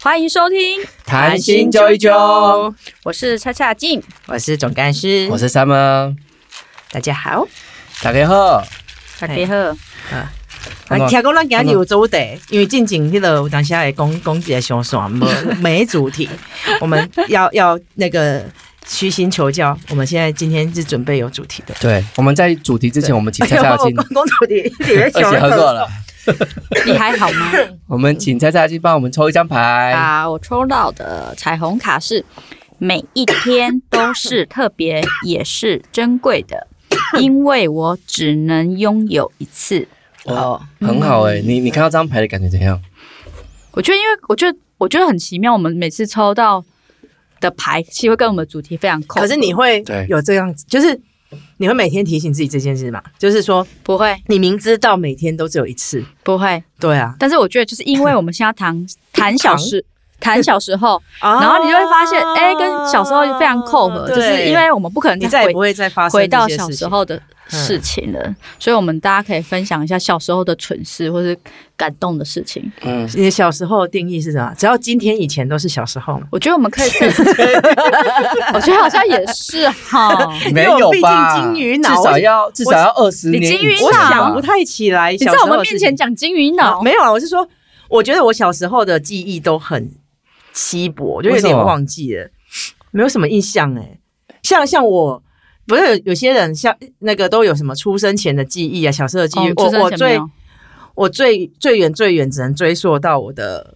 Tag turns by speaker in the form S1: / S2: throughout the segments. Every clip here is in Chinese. S1: 欢迎收听，
S2: 谈心揪一揪，
S1: 我是恰恰静，
S3: 我是总干事，
S2: 我是 Summer，
S3: 大家好。
S2: 大家好。
S1: 大家好。
S2: 那
S3: 啊，
S2: 么
S3: 听讲咱今日有主题，因为进前迄个有当啊下会讲讲一个上线，没 没主题，我们要要那个虚心求教。我们现在今天是准备有主题的，
S2: 对，我们在主题之前，我们请蔡蔡
S3: 哎
S2: 阿
S3: 呦我
S2: 金
S3: 刚刚主题，你在
S2: 而
S3: 想
S2: 且喝过了，
S1: 你还好 吗？
S2: 我们请蔡蔡阿金帮我们抽一张
S3: 哎
S2: 牌。
S1: 啊，我抽到的彩虹卡是每一天都是特别也是珍贵 的，因为我只能拥有一次。
S2: 哦，很好哎，你你看到这张牌的感觉怎样？
S1: 我觉得，因为我觉得，我觉得很奇妙，我们每次抽到的牌，其实会跟我们的主题非常扣。
S3: 可是你会
S2: 对
S3: 有这样子，就是你会每天提醒自己这件事嘛？就是说，
S1: 不会，
S3: 你明知道每天都只有一次，
S1: 不会。
S3: 对啊，
S1: 但是我觉得，就是因为我们现在 谈谈小时，谈小时候，
S3: 然
S1: 然后你就会发现，哎、跟小时候非常扣合，就是因为我们不可能
S3: 哦你再也
S1: 回
S3: 不会再发生
S1: 回到
S3: 这些
S1: 小
S3: 事
S1: 时
S3: 情嗯
S1: 候的事情了，所以我们大家可以分享一下小时候的蠢事或是感动的事情。
S2: 嗯，
S3: 你的小时候的定义是什么？只要今天以前都是小时候嘛。
S1: 我觉得我们 可以设，我觉得好像也是 哈。
S2: 没
S3: 因为
S2: 有
S3: 我毕
S2: 吧？
S3: 竟金鱼
S2: 至
S3: 脑
S2: 少要至少要二十
S1: 你
S2: 年
S1: 金鱼
S2: 以
S1: 脑
S2: 上
S3: 我
S2: 吧。
S3: 想不太起来。
S1: 啊你在我们面前讲金鱼脑，
S3: 没有啊？我是说，我觉得我小时候的记忆都很稀薄，我就有
S2: 为什
S3: 点
S2: 么
S3: 忘记了，没有什么印象哎、像像我。不是有有些人像那个都有什么出生前的记忆啊，小时候的记忆。
S1: 哦
S3: 我
S1: 出生前
S3: 我
S1: 没
S3: 最
S1: 有
S3: 我最最远最远只能追溯到我的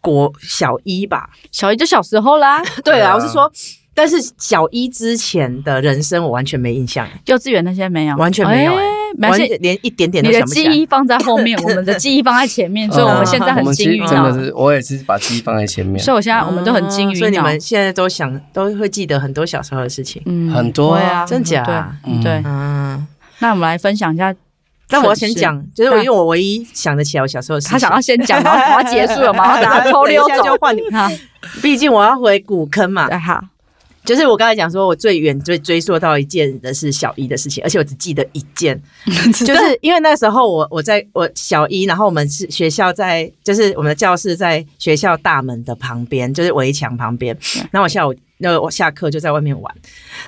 S3: 国小一吧。
S1: 小姨就小时候啦，
S3: 对
S2: 对啊
S3: 啊，我是说，但是小一之前的人生我完全没印象，
S1: 幼稚园那些没有，
S3: 完全没有
S1: 哎
S3: 哎
S1: 没关
S3: 完
S1: 系
S3: 全连一点点
S1: 你
S3: 都
S1: 的
S3: 想不
S1: 记
S3: 起来。嗯
S1: 忆放在后面，我们的记忆放在前 面，所以我们现在
S2: 我
S1: 很
S2: 们其
S1: 金
S2: 实
S1: 鱼
S2: 真
S1: 脑
S2: 的。是，我也是把鸡放在前面
S1: 所以，我啊现在我们都很金
S3: 哦啊所
S1: 鱼
S3: 以你
S1: 脑。
S3: 们现在都想都会记得很多小时候的事情，
S1: 嗯
S2: 很多
S1: 对
S2: 啊
S1: 啊，
S3: 真假
S1: 对
S3: 啊
S2: 嗯
S1: 对，
S3: 嗯，
S1: 那我们来分享一下，
S3: 但我要先讲，就是我
S1: 对啊
S3: 因为我唯一想得起来我小时候的事 情。
S1: 他想要先讲，然后我要结束了嘛，然后把他偷 溜
S3: 等一下就
S1: 走。
S3: 换你，
S1: 好，
S3: 毕竟我要回古坑嘛。
S1: 对好，
S3: 就是我刚才讲说，我最远最追溯到一件的是小一的事情，而且我只记得一 件，就是因为那时候我我在我小一，然后我们是学校在，就是我们的教室在学校大门的旁边，就是围墙旁边。然后我下午那个我下课就在外面玩，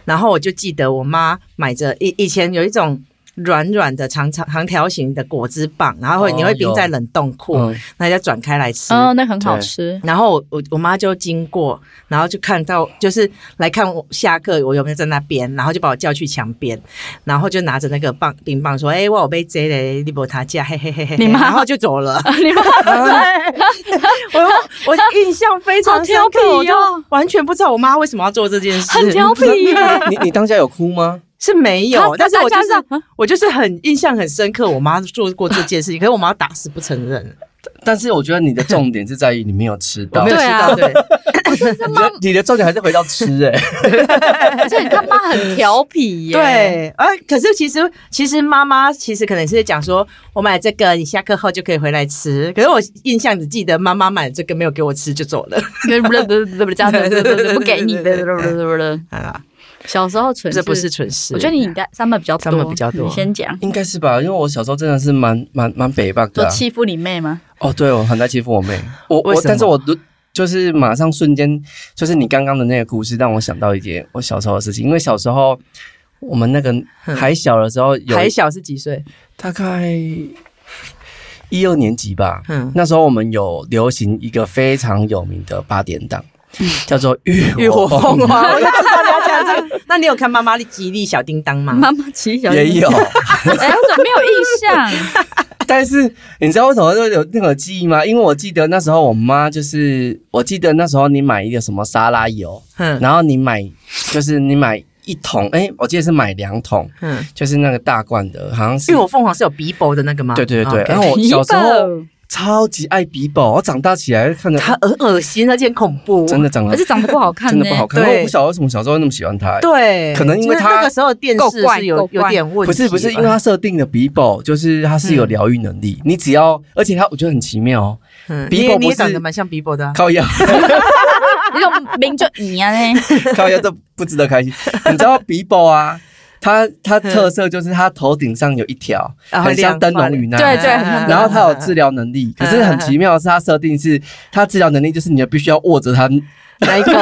S3: 然后我就记得我妈买着以以前有一种。软软的长长长条形的果汁棒，然后会
S2: 哦
S3: 你会冰在
S2: 有
S3: 冷冻库，
S2: 嗯
S3: 那、再转开来吃。
S1: 嗯，那很好
S2: 对
S1: 吃，
S3: 然后我我我妈就经过，然后就看到，就是来看我下课我有没有在那边，然后就把我叫去墙边，然后就拿着那个棒冰棒说：“哎、我有被贼嘞，你不他家，嘿嘿嘿嘿。”
S1: 你妈
S3: 然后就 走了。
S1: 你们
S3: 我我印象非常深刻，
S1: 好
S3: 我
S1: 调皮
S3: 就
S1: 哦
S3: 完全不知道我妈为什么要做这件事，
S1: 很调皮耶。
S2: 你你当下有哭吗？
S3: 是没有，
S1: 他
S3: 但是我就
S1: 他家
S3: 是我就是很印象很深刻，我妈做过这件事情，可是我妈打死不承认，
S2: 但是我觉得你的重点是在于你没有吃
S3: 我
S2: 到
S3: 没，有
S1: 对
S3: 吃
S1: 啊
S3: 到，对，
S2: 你的你的重点还是回到吃哎。
S1: 而且他妈很调皮耶。，
S3: 对，呃，可是其实其实妈妈其实可能是讲说，我买这个，你下课后就可以回来吃。可是我印象只记得妈妈买这个没有给我吃就走 了，
S1: 不不不不这样子，不给你 的。
S3: 啊，
S1: 小时候蠢事
S3: 这不是，蠢事。
S1: 我觉得你应该三本比较多，
S3: Summer 比较多
S1: 你先讲，
S2: 应该是吧，因为我小时候真的是蛮蛮蛮北霸的
S1: 说
S2: 啊、
S1: 欺负你妹吗？
S2: 哦，对，我很在欺负我妹，我
S3: 为
S2: 我，
S3: 什么
S2: 但是我都就是马上瞬间，就是你刚刚的那个故事让我想到一件我小时候的事情，因为小时候我们那个还小的时候有
S3: 嗯还小是几岁？
S2: 大概一二年级吧，
S3: 嗯
S2: 那时候我们有流行一个非常有名的八点档，
S3: 嗯
S2: 叫做《浴火啊凤凰》，
S3: 啊凰，我就知道你要讲这个。那你有看妈妈的吉利小叮当吗？
S1: 妈妈骑
S3: 啊
S1: 小
S2: 也有。
S1: 哎，我怎么没有印象？
S2: 但是你知道为什么会有那个记忆吗？因为我记得那时候我妈就是，我记得那时候你买一个什么沙拉油，
S3: 嗯
S2: 然后你买就是你买一桶，哎、我记得是买两桶，
S3: 嗯，
S2: 就是那个大罐的，好像是
S3: 浴。火凤凰是有鼻薄的那个吗？
S2: 对对对，
S3: OK
S2: 然后啊我小时候
S1: 皮
S2: 超级爱比宝，我长大起来看着
S3: 它很恶心，而且很恐怖，
S2: 真的长
S1: 包，
S2: 得
S1: 而且长得不好看
S2: 真
S1: 呢
S2: 的不好看。
S3: 对
S2: 我不晓得为什么小时候会那么喜欢欸它。
S3: 对，
S2: 可能因为
S3: 就是
S2: 它
S3: 那个时候电
S1: 够
S3: 视
S1: 怪
S3: 是有
S1: 够
S3: 有
S1: 怪
S3: 点问
S2: 不
S3: 题吧，
S2: 是不是，因为它设定的比宝就是它是有疗愈能力，你只要，而且它我觉得很奇妙哦，
S3: 嗯
S2: 鼻
S3: 你
S2: 薄
S3: 也你
S2: 不
S3: 也长
S2: 是
S3: 得蛮像鼻薄的啊，
S2: 靠腰
S1: 你怎么名就你啊嘞？
S2: 靠腰这不值得开心。你知道比宝啊，它它特色就是它头顶上有一条，
S3: 嗯然后
S2: 很像
S3: 亮
S2: 灯
S3: 发
S2: 笼鱼那
S1: 对
S2: 样。
S1: 对很
S3: 嗯
S1: 像
S2: 然后它有治疗能力，可是很奇妙的是，它设定是它治疗能力就是你必须要握着 它，
S3: 那一根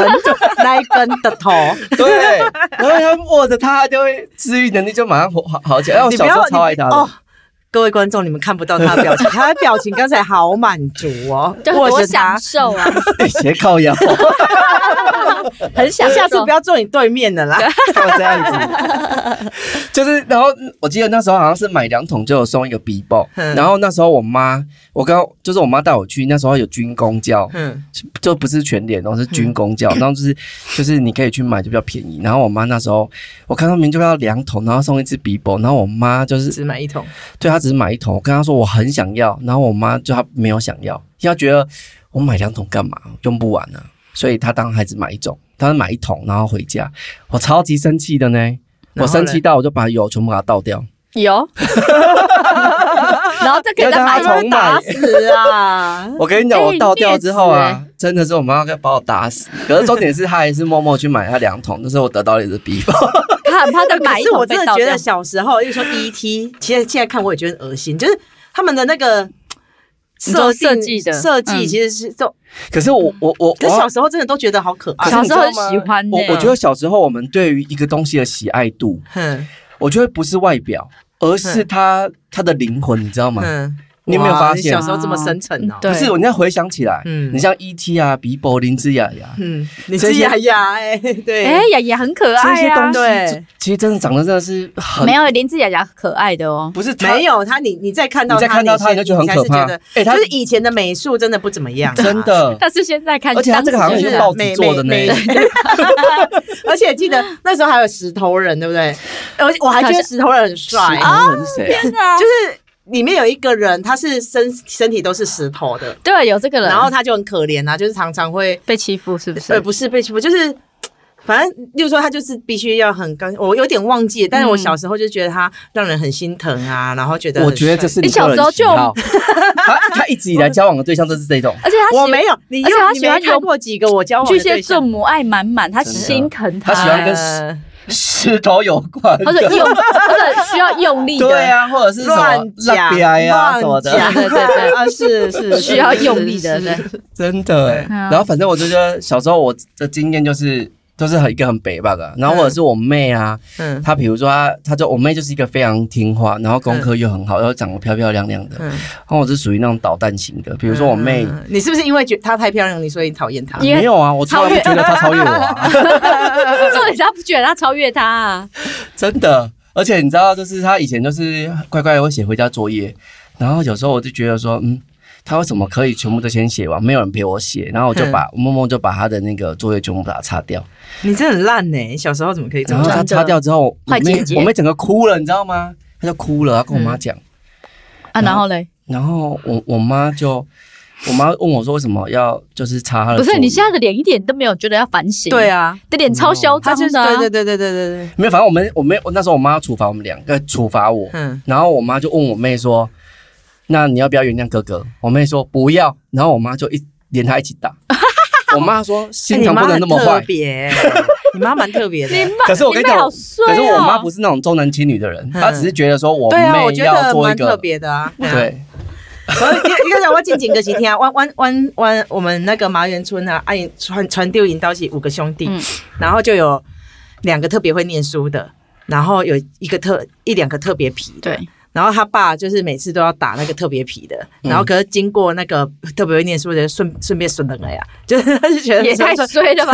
S3: 那一根的头，
S2: 对，然后要握着它它就会治愈能力就马上好好好起来。哎，我
S3: 你
S2: 小
S3: 不
S2: 时
S3: 要
S2: 候超爱
S3: 你
S2: 它
S3: 哦
S2: 的，。
S3: 各位观众，你们看不到他的表情，他的表情刚才好满足哦，
S1: 就
S3: 握
S1: 多
S3: 着它
S1: 享受 啊，
S2: 哎斜靠 腰，就
S1: 很享受。
S3: 下次不要坐你对面的啦。
S2: 这样子。就是，然后我记得那时候好像是买两桶就有送一个笔包，
S3: 嗯
S2: 然后那时候我妈，我刚就是我妈带我去，那时候有军工教，
S3: 嗯，
S2: 就不是全脸，然后是军工教，然后就是就是你可以去买就比较便宜。然后我妈那时候我看到明就要两桶，然后送一支笔包，然后我妈就是
S3: 只买一桶，
S2: 对她只是买一桶，我跟她说我很想要，然后我妈就她没有想要，因为她觉得我买两桶干嘛，用不完啊，所以她当然还只买一种，她买一桶然后回家，我超级生气的呢，
S3: 然
S2: 我
S3: 后嘞
S2: 生气到我就把油全部把它倒掉，
S1: 有，然后再给他买
S2: 要让他重买
S1: 打死啊！
S2: 我跟你讲，
S1: 哎
S2: 我倒掉之后
S1: 你
S2: 啊，真的是我妈要把我打死。可是重点是，她还是默默去买她两桶，那是我得到了一支笔包。
S1: 他很怕再买
S3: 可
S1: 一
S3: 是
S1: 桶
S3: 我
S1: 被
S3: 真的
S1: 倒
S3: 觉
S1: 掉
S3: 得。小时候，例如说 E.T.，其实现在看我也觉得很恶心，就是他们的那个
S1: 说
S3: 设
S1: 设计的
S3: 设计，
S1: 嗯
S3: 其实是都，
S2: 可是我我我
S3: 嗯可
S2: 我
S3: 是小
S2: 要
S3: 时候真啊的都觉得好可爱。
S1: 小时候很喜欢呢、
S2: 我我觉得小时候我们对于一个东西的喜爱度，
S3: 嗯
S2: 我觉得不是外表，而是它它的灵魂，你知道吗？
S3: 嗯，
S2: 你有没有
S3: 哇
S2: 发现
S3: 小时候这么深沉哦
S1: 嗯？对
S2: 不是，我现在回想起来，
S3: 嗯
S2: 你像 E.T. 啊、比伯、林之雅呀，
S3: 嗯，你
S2: 这
S3: 是
S2: 些
S3: 雅雅哎，对，
S1: 哎、雅雅很可
S2: 这
S1: 爱
S2: 些
S1: 呀、
S2: 东西
S3: 对
S2: 其实真的长得真的是很
S1: 没有林志雅雅可爱的哦。
S2: 不是它
S3: 没有他，你你再看到
S2: 你再看到
S3: 他，
S2: 它你就觉得很可怕
S3: 你还是觉
S2: 哎
S3: 得
S2: 它
S3: 就是以前的美术真的不怎么样，啊
S2: 真。 的，
S1: 但是现在看，
S2: 而且它这个好像
S1: 当时
S2: 也
S1: 就是
S2: 报纸做的呢。
S3: 美美 而且记得那时候还有石头人，对不对？
S1: 呃
S3: 而且我还觉得石头人很帅
S2: 石头人是谁啊？
S1: 天哪
S3: 就是里面有一个人，他是身身体都是石头的，
S1: 对，有这个人，
S3: 然后他就很可怜啊，就是常常会
S1: 被欺负是不是
S3: 呃？不是被欺负，就是。反正，例如说，他就是必须要很刚，我有点忘记，但是我小时候就觉得他让人很心疼啊，然后觉得
S2: 嗯
S3: 很
S2: 我觉得这是
S1: 你
S2: 个人
S1: 小时候
S2: 喜
S1: 就
S2: 好。他他一直以来交往的对象都是这种，
S1: 而且他喜
S3: 我没有，啊你
S1: 而且他
S3: 又你
S1: 喜欢
S3: 没看
S1: 有
S3: 过几个我交往的
S1: 巨蟹
S3: 对
S1: 座
S3: 象
S1: 母爱满满，他
S2: 真的
S1: 心疼
S2: 他喜欢跟
S3: 呃
S2: 石头有关的
S1: 或者 用，或者需要用力的，
S2: 对啊，或者是什么
S3: 乱讲
S2: 比埃啊
S3: 乱
S2: 什么
S3: 讲
S1: 对
S2: 的，
S1: 对对
S3: 啊，是 是
S1: 需要用力的，对，
S2: 真的欸。
S1: 对啊
S2: 然后反正我就觉得小时候我的经验就是。都是很一个很北吧的，然后或者是我妹啊，
S3: 嗯
S2: 她比如说她，她就我妹就是一个非常听话，然后功课又很好，然后长得漂漂亮亮的，
S3: 嗯，
S2: 然后我是属于那种捣蛋型的，比如说我妹，
S3: 嗯，你是不是因为觉得她太漂亮，你所以讨厌她？
S1: 因为
S2: 没有啊，我从来不觉得她超越我啊，
S1: 重点是他不觉得他超越他、啊，
S2: 真的。而且你知道，就是他以前就是乖乖地会写回家作业，然后有时候我就觉得说，嗯，他为什么可以全部都先写完，没有人陪我写，然后我就把默默就把他的那个作业全部把它擦掉，
S3: 你真的很烂呢、你小时候怎么可以这
S2: 然
S3: 么
S2: 后
S3: 烂
S2: 他？擦掉之后，我
S1: 坏
S2: 妹
S1: 姐姐
S2: 我妹整个哭了，你知道吗？她就哭了，她跟我妈讲，
S1: 啊，然后嘞，
S2: 然后我我妈就。我妈问我说：“为什么要就是擦她的
S1: 不
S2: 作业？”
S1: 是你现在的脸一点都没有觉得要反省，
S3: 对，啊，
S1: 你的脸超嚣
S3: 他
S1: 张
S3: 就是
S1: 的、啊，
S3: 对对对对对对对，
S2: 没有，反正我们我没我那时候我妈要处罚我们两个，处罚我，
S3: 嗯，
S2: 然后我妈就问我妹说：“那你要不要原谅哥哥？”我妹说：“不要。”然后我妈就一连她一起 打。我妈说：“心肠不能那么
S3: 哎你妈很
S2: 坏
S3: 特。别，你妈蛮特别的。
S1: 你妈，
S2: 可是我跟你
S1: 妹
S2: 讲
S1: 好衰哦、
S2: 可是我妈不是那种重男轻女的人，她只是觉得说 我
S3: 对啊，我
S2: 妹
S3: 觉
S2: 要
S3: 得
S2: 做一
S3: 蛮特
S2: 个
S3: 别的啊。啊，
S2: 对，
S3: 你看我进前个几天啊，弯弯弯弯，我们那个麻园村啊，哎，传传丢引导起五个兄弟
S1: 嗯，
S3: 然后就有两个特别会念书的，然后有一个特一两个特别皮的，
S1: 对，
S3: 然后他爸就是每次都要打那个特别皮的，
S1: 嗯
S3: 然后可是经过那个特别会念书的，顺顺便损了个呀， 就是他就觉得
S1: 也太
S3: 顺
S1: 衰 了吧，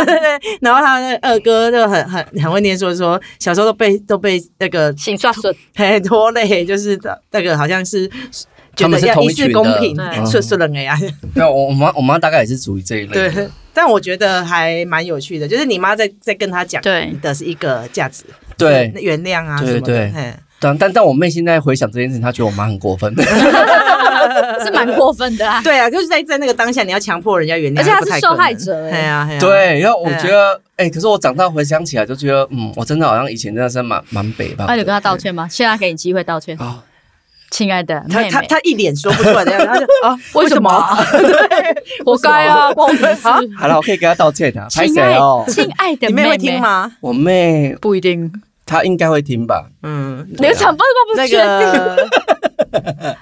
S3: 然后他那二哥就很很很会念书，说小时候都被都被那个
S1: 请刷损，
S3: 很拖累，就是那个好像是觉
S2: 他们
S3: 得
S2: 是
S3: 要
S2: 同
S3: 一
S2: 一群的
S3: 视
S2: 嗯
S3: 公平
S1: 对，
S3: 顺顺了个呀，
S2: 那我我妈我妈大概也是属于这一类
S3: 对
S2: 的。。
S3: 但我觉得还蛮有趣的，就是你妈在在跟他讲
S1: 对
S3: 的是一个价值，
S2: 对，
S3: 原谅啊什么
S2: 对对
S3: 的，嘿
S2: 但但但我妹现在回想这件事情，她觉得我妈很过 分。
S1: 是蛮过分的啊。
S3: 对啊，就是在在那个当下你要强迫人家原谅，
S1: 而且他
S3: 不
S1: 是
S3: 太可
S1: 受害
S3: 能，
S1: 者
S3: 对
S1: 哎、
S3: 啊，嘿啊
S2: 对，然后我觉得，哎，可是我长大回想起来，就觉得，嗯，我真的好像以前真的是蛮蛮北吧
S3: 哎
S1: 那、。你有跟他道歉吗？现在给你机会道歉，
S2: 啊，
S1: 亲爱的
S3: 他
S1: 妹
S3: 他
S1: 妹，
S3: 他一脸说不出来的样子，他就啊，
S1: 为什么啊？活该啊， 关我什么事？
S2: 好了，我可以给她道歉啊，拍
S1: 亲
S2: 谁
S1: 爱
S2: 哦？
S1: 亲爱的
S3: 你
S1: 妹
S3: 妹
S1: 妹
S3: 会听？吗？
S2: 我妹
S1: 不一定，
S2: 他应该会听吧？
S3: 嗯，
S1: 流产报告不
S3: 那
S1: 确定。
S3: 个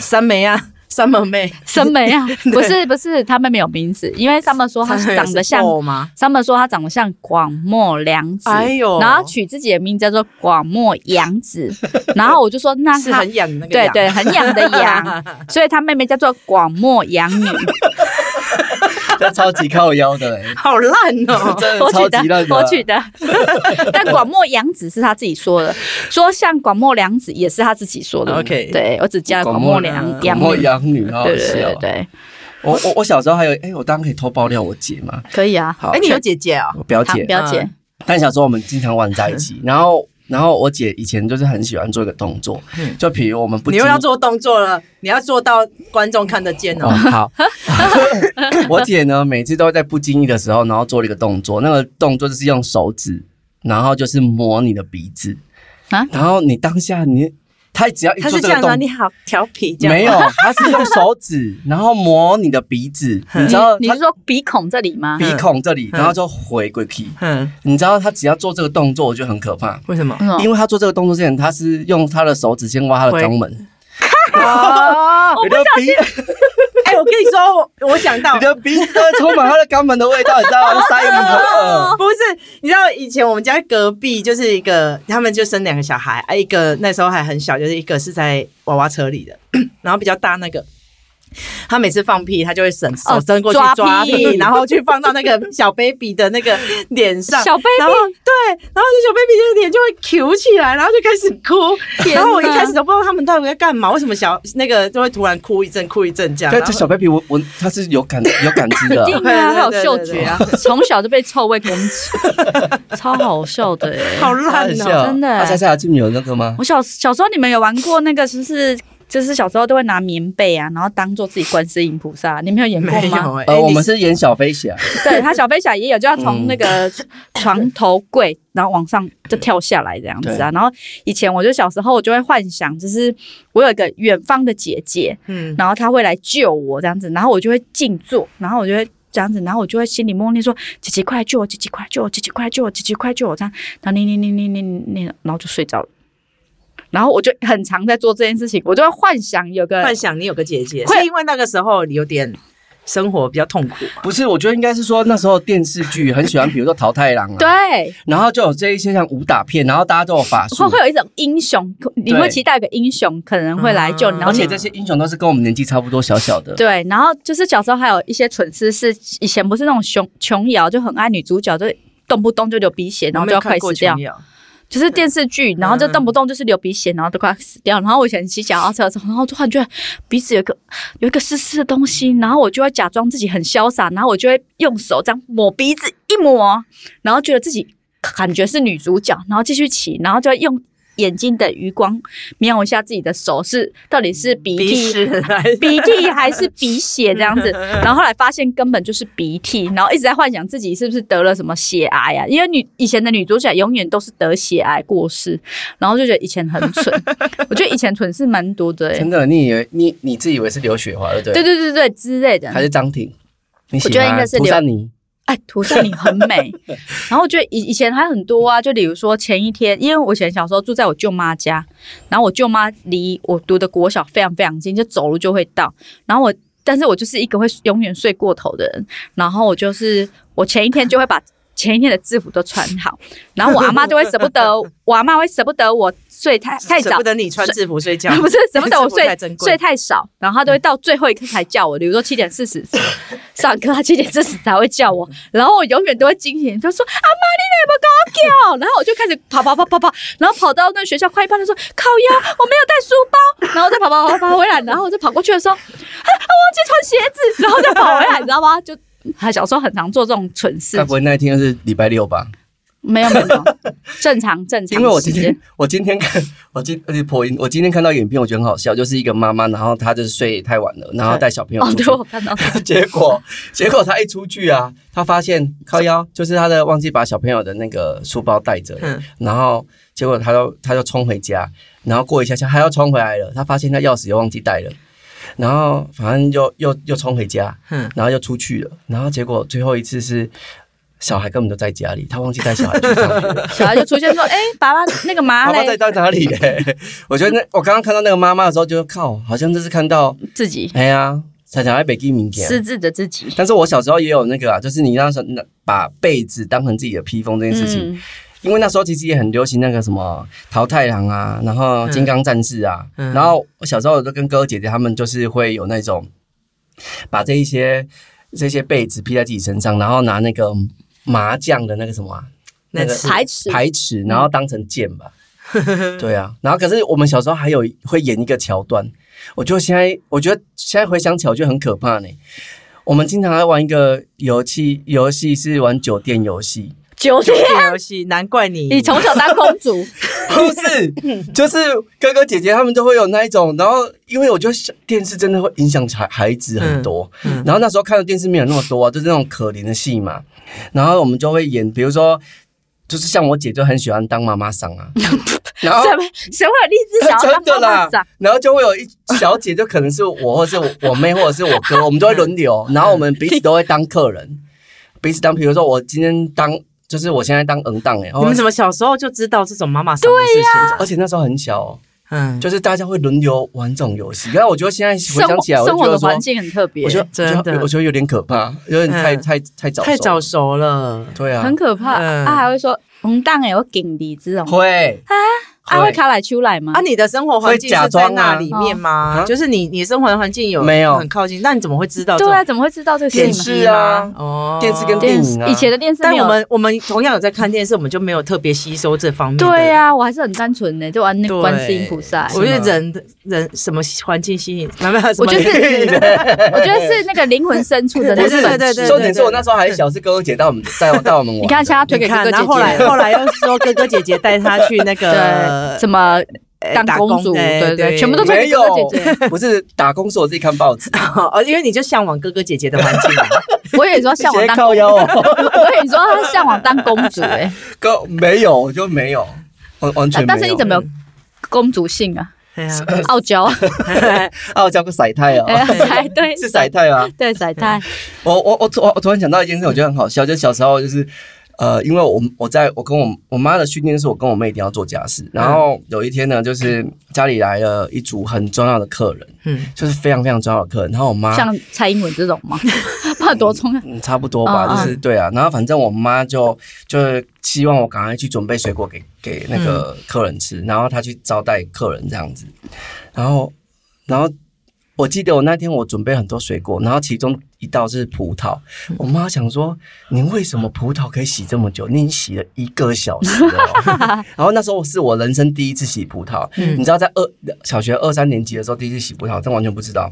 S3: 三梅啊，三门妹，
S1: 森美啊，不是不是，他们没有名字，因为他们说他
S3: 三门
S1: 长得像
S3: 是豆吗？
S1: 他们说他长得像广末凉子，
S3: 哎呦
S1: 然后取自己的名字叫做广末洋子，然后我就说那
S3: 是
S1: 他
S3: 很痒的那个
S1: 对
S3: 痒，
S1: 对很痒的 痒，所以他妹妹叫做广末洋女，
S2: 这超级靠腰的、 欸，
S3: 好烂哦、
S2: 真的
S1: 我
S2: 超
S1: 取
S2: 级啊
S1: 的
S2: 烂
S1: 我取的，但广末洋子是他自己说的，说像广末凉子也是他自己说的
S3: OK
S1: 对我只加了广末凉
S3: 广
S1: 洋
S2: 我
S1: 女，
S2: 养女，好好
S1: 对对对
S2: 笑啊
S1: 对。对，
S2: 我我我小时候还有，哎、我当然可以偷爆料我姐嘛，
S1: 可以啊，
S2: 好
S3: 哎、你有姐姐啊、
S2: 我表
S1: 好
S2: 姐，
S1: 表姐
S3: 嗯，
S2: 但小时候我们经常玩在一起，然后然后我姐以前就是很喜欢做一个动作，就比如我们不
S3: 你
S2: 经
S3: 又
S2: 意
S3: 要做动作了，你要做到观众看得见哦、
S2: 哦，好， 我姐呢每次都在不经意的时候，然后做了一个动作，那个动作就是用手指，然后就是摸你的鼻子
S1: 啊
S2: 然后你当下你她只要一
S3: 他
S2: 做
S3: 是
S2: 这
S3: 这
S2: 个
S3: 样吗？
S2: 动
S3: 你好调皮，这样吗
S2: 没有，她是用手指，然后摸你的鼻子，你知道
S1: 你
S2: 她
S1: 是说鼻孔这里吗？
S2: 鼻孔这里，
S3: 嗯
S2: 然后就回过去。
S3: 嗯，
S2: 你知道她只要做这个动作，我觉得很可怕。
S3: 为什么？
S1: 嗯
S2: 因为他做这个动作之前，他是用他的手指先挖他的
S3: 会
S2: 肛门，
S3: 哦，
S2: 你的鼻，
S3: 哎、我跟你说，我我想 到
S2: 你，的鼻子都会充满他的肛门的味道，你知道吗？塞你的，
S3: 不是，你知道以前我们家隔壁就是一个，他们就生两个小孩，啊，一个那时候还很小，就是一个是在娃娃车里的， 然后比较大那个。他每次放屁，他就会伸手
S1: 哦
S3: 伸过去
S1: 抓
S3: 抓
S1: 屁
S3: 屁， 然后去放到那个小 baby 的那个脸上，
S1: 小 baby
S3: 然后对，然后这小 baby 的脸就会 Q 起来，然后就开始哭。
S1: 天
S3: 然后我一
S1: 哪
S3: 开始都不知道他们到底在干嘛，为什么小那个就会突然哭一阵哭一阵这样。
S2: 对，
S3: 然
S2: 这
S3: 后
S2: 小 baby 我我他是有 感有感知的
S1: 一，定啊，他有
S3: 对对对
S1: 嗅觉啊，从小就被臭味攻击， 超好笑的耶！
S3: 好
S2: 他
S3: 烂
S2: 很
S3: 哦、
S2: 笑，
S1: 真的欸
S2: 他猜猜下进有那个吗？
S1: 我小小时候你们有玩过那个，就是就是小时候都会拿棉被啊，然后当做自己观世音菩萨，你们有演过
S3: 没有
S1: 吗？
S3: 哎、
S2: 呃，
S3: 哎
S2: 我
S3: 你
S2: 们是演小飞侠，
S1: 对他小飞侠也有，就要从那个床头柜，然后往上就跳下来这样子啊。然后以前我就小时候我就会幻想，就是我有一个远方的姐姐，
S3: 嗯，
S1: 然后他会来救我这样子，然后我就会静坐，然后我就会这样子，然后我就会心里默念说：“姐姐快来救我，姐姐快来救我，姐姐快来救我，姐姐快来救我。”这样，然后念念念念念念，然后就睡着了。然后我就很常在做这件事情，我就会幻想有个
S3: 幻想你有个姐姐，
S1: 呃会
S3: 是因为那个时候你有点生活比较痛苦嘛，
S2: 不是，我觉得应该是说那时候电视剧很喜欢，比如说淘太郎啊，，
S1: 对，
S2: 然后就有这一些像武打片，然后大家都有法术
S1: 哦会，会有一种英雄，你会期待有个英雄可能会来救你，
S3: 嗯
S1: 然后
S2: 而
S1: 你
S2: 且这些英雄都是跟我们年纪差不多小小的，
S1: 对，然后就是小时候还有一些蠢事，是以前不是那种琼琼瑶就很爱女主角，就动不动就流鼻血，然后就要快死掉
S3: 我没有看过琼。瑶。
S1: 就是电视剧，然后就动不动就是流鼻血，然后都快死掉。然后我以前骑脚踏车的时候，然后突然觉得鼻子有一个有一个湿湿的东西，然后我就会假装自己很潇洒，然后我就会用手这样抹鼻子一抹，然后觉得自己感觉是女主角，然后继续骑，然后就会用眼睛的余光瞄一下自己的手是到底是鼻
S3: 鼻
S1: 涕
S3: 屎 来
S1: 鼻涕还是鼻血这样子，然后后来发现根本就是鼻涕，然后一直在幻想自己是不是得了什么血癌啊？因为女以前的女主角永远都是得血癌过世，然后就觉得以前很蠢，我觉得以前蠢事蛮多的、欸
S2: 真，的，你以为你你自以为是刘雪华，对不对？
S1: 对对对对之类的。
S2: 还是张挺？你喜
S1: 我觉得
S2: 欢
S1: 应该是
S2: 涂
S1: 刘
S2: 善妮。
S1: 哎，涂上你很美。然后我觉得以以前还很多啊，就比如说前一天，因为我以前小时候住在我舅妈家，然后我舅妈离我读的国小非常非常近，就走路就会到。然后我，但是我就是一个会永远睡过头的人。然后我就是我前一天就会把 前一天的制服都穿好，然后我阿妈就会舍不得，我阿妈会舍不得我睡太太
S3: 舍
S1: 早
S3: 不。得你穿制服睡觉
S1: ，不 是舍不得我
S3: 制服太
S1: 睡
S3: 珍贵
S1: 睡。太少，然后她都会到最后一刻才叫我，比如说七点四十上课，她七点四十才会叫我，然后我永远都会惊醒，就说阿妈你怎么搞啊叫？然后我就开始跑跑跑跑跑，然后跑到那学校快一半的时候，靠腰我没有带书包，然后再跑跑跑跑回来，然后我再跑过去的时候，啊我忘记穿鞋子，然后再跑回来，你知道吗？就还小时候很常做这种蠢
S2: 该
S1: 事
S2: 不，会那一天是礼拜六吧？
S1: 没有没有没有，正常正常，
S2: 因为我今天我今天看我今而且破音，我今天看到影片，我觉得很好笑，就是一个妈妈，然后她就是睡太晚了，然后带小朋友
S1: 哦
S2: 出
S1: 对
S2: 去，
S1: 我看到
S2: 结果结果她一出去啊，她发现靠腰就是她的忘记把小朋友的那个书包带着了，
S3: 嗯
S2: 然后结果她就她就冲回家，然后过一下下她又冲回来了，她发现她钥匙又忘记带了。然后反正又又又冲回家，
S3: 嗯
S2: 然后又出去了，然后结果最后一次是小孩根本都在家里，他忘记带小孩去上 学了。
S1: 小孩就出现说：“哎、爸爸那个麻
S2: 妈妈在
S1: 嘞，
S2: 到哪里、欸？我觉得那我刚刚看到那个妈妈的时候，就靠，好像就是看到，
S1: 自己
S2: 哎呀，才想在北京民间。
S1: 失智的自己。
S2: 但是我小时候也有那个啊，就是你那时候那把被子当成自己的披风这件事情，
S1: 嗯，
S2: 因为那时候其实也很流行那个什么桃太郎啊，然后金刚战士啊，
S3: 嗯嗯
S2: 然后我小时候都跟哥哥姐姐他们就是会有那种把这一些这些被子披在自己身上，然后拿那个麻将的那个什么、啊、那个
S1: 排斥嗯
S2: 排尺，然后当成剑 吧。对啊，然后可是我们小时候还有会演一个桥段，我就现在我觉得现在回想起来我觉得很可怕呢。我们经常在玩一个游戏，游戏是玩酒店游戏，
S1: 酒
S3: 酒
S1: 店，
S3: 店游戏，难怪你
S1: 你从小当公 主，
S2: 不是，就是哥哥姐姐他们都会有那一种，然后因为我觉得小电视真的会影响孩孩子很多，
S3: 嗯嗯
S2: 然后那时候看的电视没有那么多啊，就是那种可怜的戏嘛，然后我们就会演，比如说。就是像我姐就很喜欢当妈妈 桑啊，然后
S1: 什么谁会有励志想要
S2: 真的
S1: 当妈
S2: 啦
S1: 妈长？，
S2: 然后就会有一小姐，就可能是我，或是我我妹，或者是我哥，我们都会轮流，
S3: 嗯
S2: 然后我们彼此都会当客人，彼此当，比如说我今天当，就是我现在当嗯当哎，
S3: 哦你们怎么小时候就知道这种妈妈桑
S1: 啊
S3: 的事情
S2: 而且那时候很小、哦，
S3: 嗯，
S2: 就是大家会轮流玩这种游戏。然后我觉得现在回
S1: 生
S2: 想
S1: 活
S2: 起来，我
S1: 生
S2: 就觉
S1: 活
S2: 得
S1: 的
S2: 说
S1: 环，境很特别，
S2: 我觉得啊
S3: 真的
S2: 我觉得有点可怕，有点太
S3: 嗯
S2: 太太早熟
S3: 太早，熟了。
S2: 对啊
S1: 很，可怕。
S3: 嗯
S1: 他还会说红当哎，我顶你这种，
S2: 会
S1: 他啊会卡来出来吗
S3: 啊，？你的生活环境
S2: 会假
S3: 是
S2: 装啊
S3: 在那里面吗？
S2: 啊
S3: 就是你，你生活的环境有
S2: 没有
S3: 很靠近？那你怎么会知道这
S1: 对
S3: 种？
S1: 啊，怎么会知道这个
S2: 电
S1: 事
S2: 视
S1: 情？
S2: 啊，
S3: 哦
S2: 电视跟电
S1: 电
S2: 影
S1: 视
S2: 啊
S1: 以前的电视
S3: 但
S1: 没有
S3: 我。们我们同样有在看电视，我们就没有特别吸收这方面的。
S1: 对啊，我还是很单纯的，就玩那个
S3: 对
S1: 观世音菩萨。
S3: 我觉得人的人什么环境吸引， 没有，什
S1: 我
S3: 么
S1: 就是， 我觉得是那个灵魂深处的那
S2: 不
S1: 个
S2: 是
S3: 对对对对
S2: 重点是我那时候还小，是哥哥姐带我们带我带我们玩的。
S1: 你看，现在推给
S3: 你
S1: 哥哥
S3: 看，
S1: 姐
S3: 然
S1: 姐，
S3: 后后来后来又说哥哥姐姐带他去那 个
S1: 对，怎么
S3: 呃
S1: 当
S3: 打
S1: 公主？
S3: 哎
S1: 对对，
S3: 对，
S1: 全部都推
S3: 没
S1: 给哥哥姐姐。
S2: 不是打工是我自己看 报纸，
S3: 有， 哦因为你就向往哥哥姐姐的环 境啊。
S1: 我也说向往
S2: 直接
S1: 当，
S2: 靠腰哦，
S1: 我也说他向往当公主哎，
S2: 哥没有，我就没有，完 完全
S1: 啊
S2: 没有。嗯
S1: 但是你怎么有公主性啊？
S3: 对啊，
S1: 傲 娇，
S2: 啊，我叫个甩太哦，
S1: 哎，才对，
S2: 哦 是甩 太啊。
S1: 对甩太，
S2: 我我我突我突然想到一件事，我觉得很好笑，就是小时候就是。呃，因为我我在我跟我我妈的训练是我跟我妹一定要做家事，然后
S1: 嗯
S2: 有一天呢，就是家里来了一组很重要的客人，
S3: 嗯，
S2: 就是非常非常重要的客人，然后我妈
S1: 像蔡英文这种 吗？怕多重要，
S2: 嗯差不多
S1: 嗯
S2: 吧，
S1: 嗯
S2: 就是对啊，然后反正我妈就就是希望我赶快去准备水果给给那个
S1: 嗯
S2: 客人吃，然后她去招待客人这样子，然后然后我记得我那天我准备很多水果，然后其中一道是葡萄，
S1: 嗯
S2: 我妈想说你为什么葡萄可以洗这么久？你已经洗了一个小时了 哦、然后那时候是我人生第一次洗葡萄，
S3: 嗯
S2: 你知道在二小学二三年级的时候第一次洗葡萄，但完全不知道。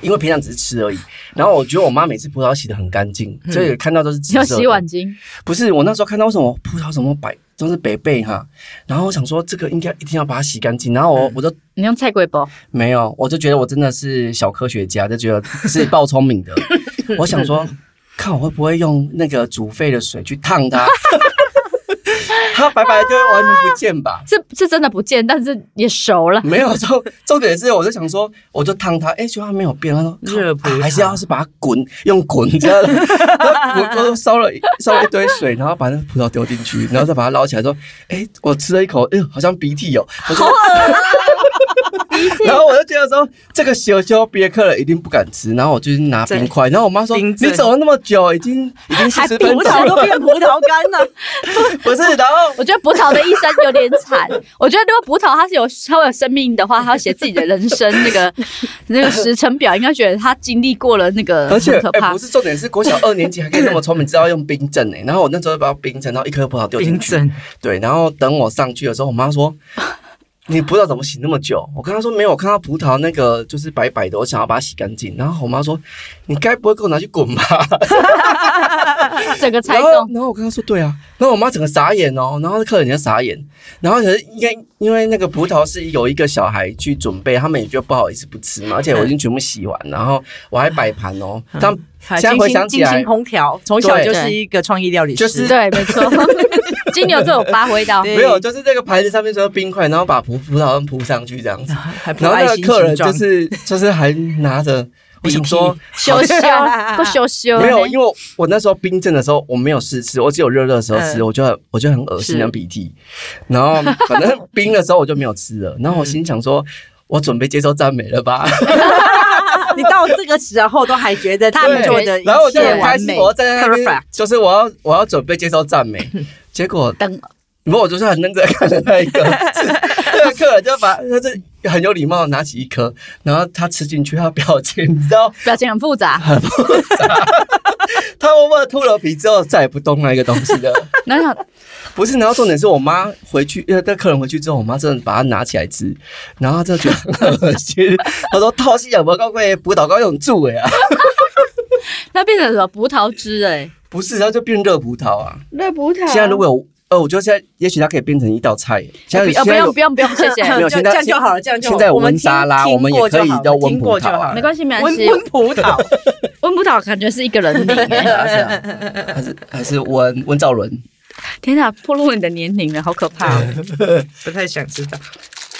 S2: 因为平常只是吃而已，然后我觉得我妈每次葡萄洗的很干净，所以看到都是紫色
S1: 嗯要
S2: 的。
S1: 洗碗巾，
S2: 不是我那时候看到为什么葡萄怎么白都是北贝哈，然后我想说这个应该一定要把它洗干净，然后
S1: 嗯
S2: 我我就
S1: 你用菜龟包，
S2: 没有，我就觉得我真的是小科学家，就觉得是爆聪明的。我想说，看我会不会用那个煮沸的水去烫它，它白白就会完全不见吧？
S1: 是是真的不见，但是也熟 了。
S2: 没有重重点是，我就想说，我就烫它，哎、结果它没有变。他说靠
S3: 热葡萄
S2: 啊还是要是把它滚，用滚这样。 然后我我烧了一烧了一堆水，然后把那个葡萄丢进去，然后再把它捞起来，说，哎、我吃了一口，哎、呦，好像鼻涕哦。我说，然后我就觉得说，这个羞羞别克了，一定不敢吃。然后我就去拿冰块，然后我妈说，
S3: 冰镇
S2: 你走了那么久，已经已经四十分
S3: 葡
S2: 钟
S3: 萄都
S2: 了，
S3: 变葡萄 干了，
S2: 不是？然后
S1: 我觉得葡萄的一生有点惨。我觉得如果葡萄它是有它会有生命的话，它要写自己的人生那个 那个时程表，应该觉得它经历过了那个
S2: 而
S1: 嗯
S2: 且
S1: 很可
S2: 哎、
S1: 怕。
S2: 不是重点是国小二年级还可以那么聪明，知道用冰镇哎、 然后我那时候把冰镇，然后一颗葡萄丢进
S3: 冰
S2: 去，
S3: 镇
S2: 对，然后等我上去的时候，我妈说。你葡萄怎么洗那么久？我跟她说没有，我看到葡萄那个就是白白的，我想要把它洗干净。然后我妈说：“你该不会给我拿去滚吧哎
S1: 整个？”猜
S2: 然后
S1: 中，
S2: 然后我跟她说：“对啊。”然后我妈整个傻眼哦，然后客人也傻眼。然后可是应该因为那个葡萄是有一个小孩去准备，他们也觉得不好意思不吃嘛，而且我已经全部洗完，然后我还摆盘哦。
S1: 嗯
S2: 他们
S3: 还
S2: 现在
S3: 精
S2: 回想
S3: 心
S2: 起
S3: 精
S2: 来
S3: 心，烹调，从小
S2: 对
S3: 就是一个创意料理
S2: 就
S3: 师，
S2: 是
S1: 对，没错，金牛座有发挥到。
S3: 对
S2: 没有，就是这个盘子上面说冰块，然后把葡葡萄铺上去这样子。
S3: 还不
S2: 然后
S3: 啊爱
S2: 那个
S3: 心
S2: 客人
S3: 形状
S2: 就。是就是还拿着，比说
S1: 羞羞，都羞羞。
S2: 没有，因为我那时候冰镇的时候我没有试吃，我只有热热的时候吃，
S3: 嗯
S2: 我就很我就很恶心
S3: 是
S2: 的鼻涕。然后反正冰的时候我就没有吃了。然后我心想说，我准备接受赞美了吧？
S3: 你到这个时候都还 觉得他们
S2: 对
S3: 做的一
S2: 然后我就
S3: 切
S2: 很开
S3: 完
S2: 心，
S3: 美
S2: 我要站在那
S3: perfect
S2: 边，就是我要我要准备接受赞 美。结果
S1: 等
S2: 不过我就是很认真地看着那一个， 那个客人就把他就很有礼貌地拿起一颗，然后他吃进去，他表情你知道，
S1: 表情很复杂，
S2: 他默默地秃了皮之后再也不动那个东西 了。
S1: 然后想
S2: 不是，然后重点是我妈回去，呃，那客人回去之后，我妈真的把它拿起来吃，然后她真的觉得很 恶心，她说套西洋不高贵，葡萄高用住哎啊，
S1: 那变成什么葡萄汁哎，
S2: 不是，然后就变热葡萄啊。
S1: 热葡萄
S2: 现在如果有，呃，我觉得现在也许它可以变成一道菜。现在
S1: 不
S2: 现
S1: 不
S2: 在
S1: 用
S2: 有
S1: 不用不用，谢谢，
S2: 没有
S3: 就
S2: 现
S3: 这
S2: 在
S3: 样就好了，这样就好
S2: 现在有
S3: 我们
S2: 温沙拉
S3: 听
S2: 我们也可以
S3: 听过就好
S2: 叫温
S3: 听过
S2: 葡萄啊
S3: 就好了
S1: 没关系没关
S3: 温
S1: 系，
S3: 温葡萄，
S1: 温葡萄感觉是一个人名哎。
S2: 还是啊还是还是温温兆伦，
S1: 天哪，暴露你的年龄了，好可怕、哦！
S3: 不太想知道。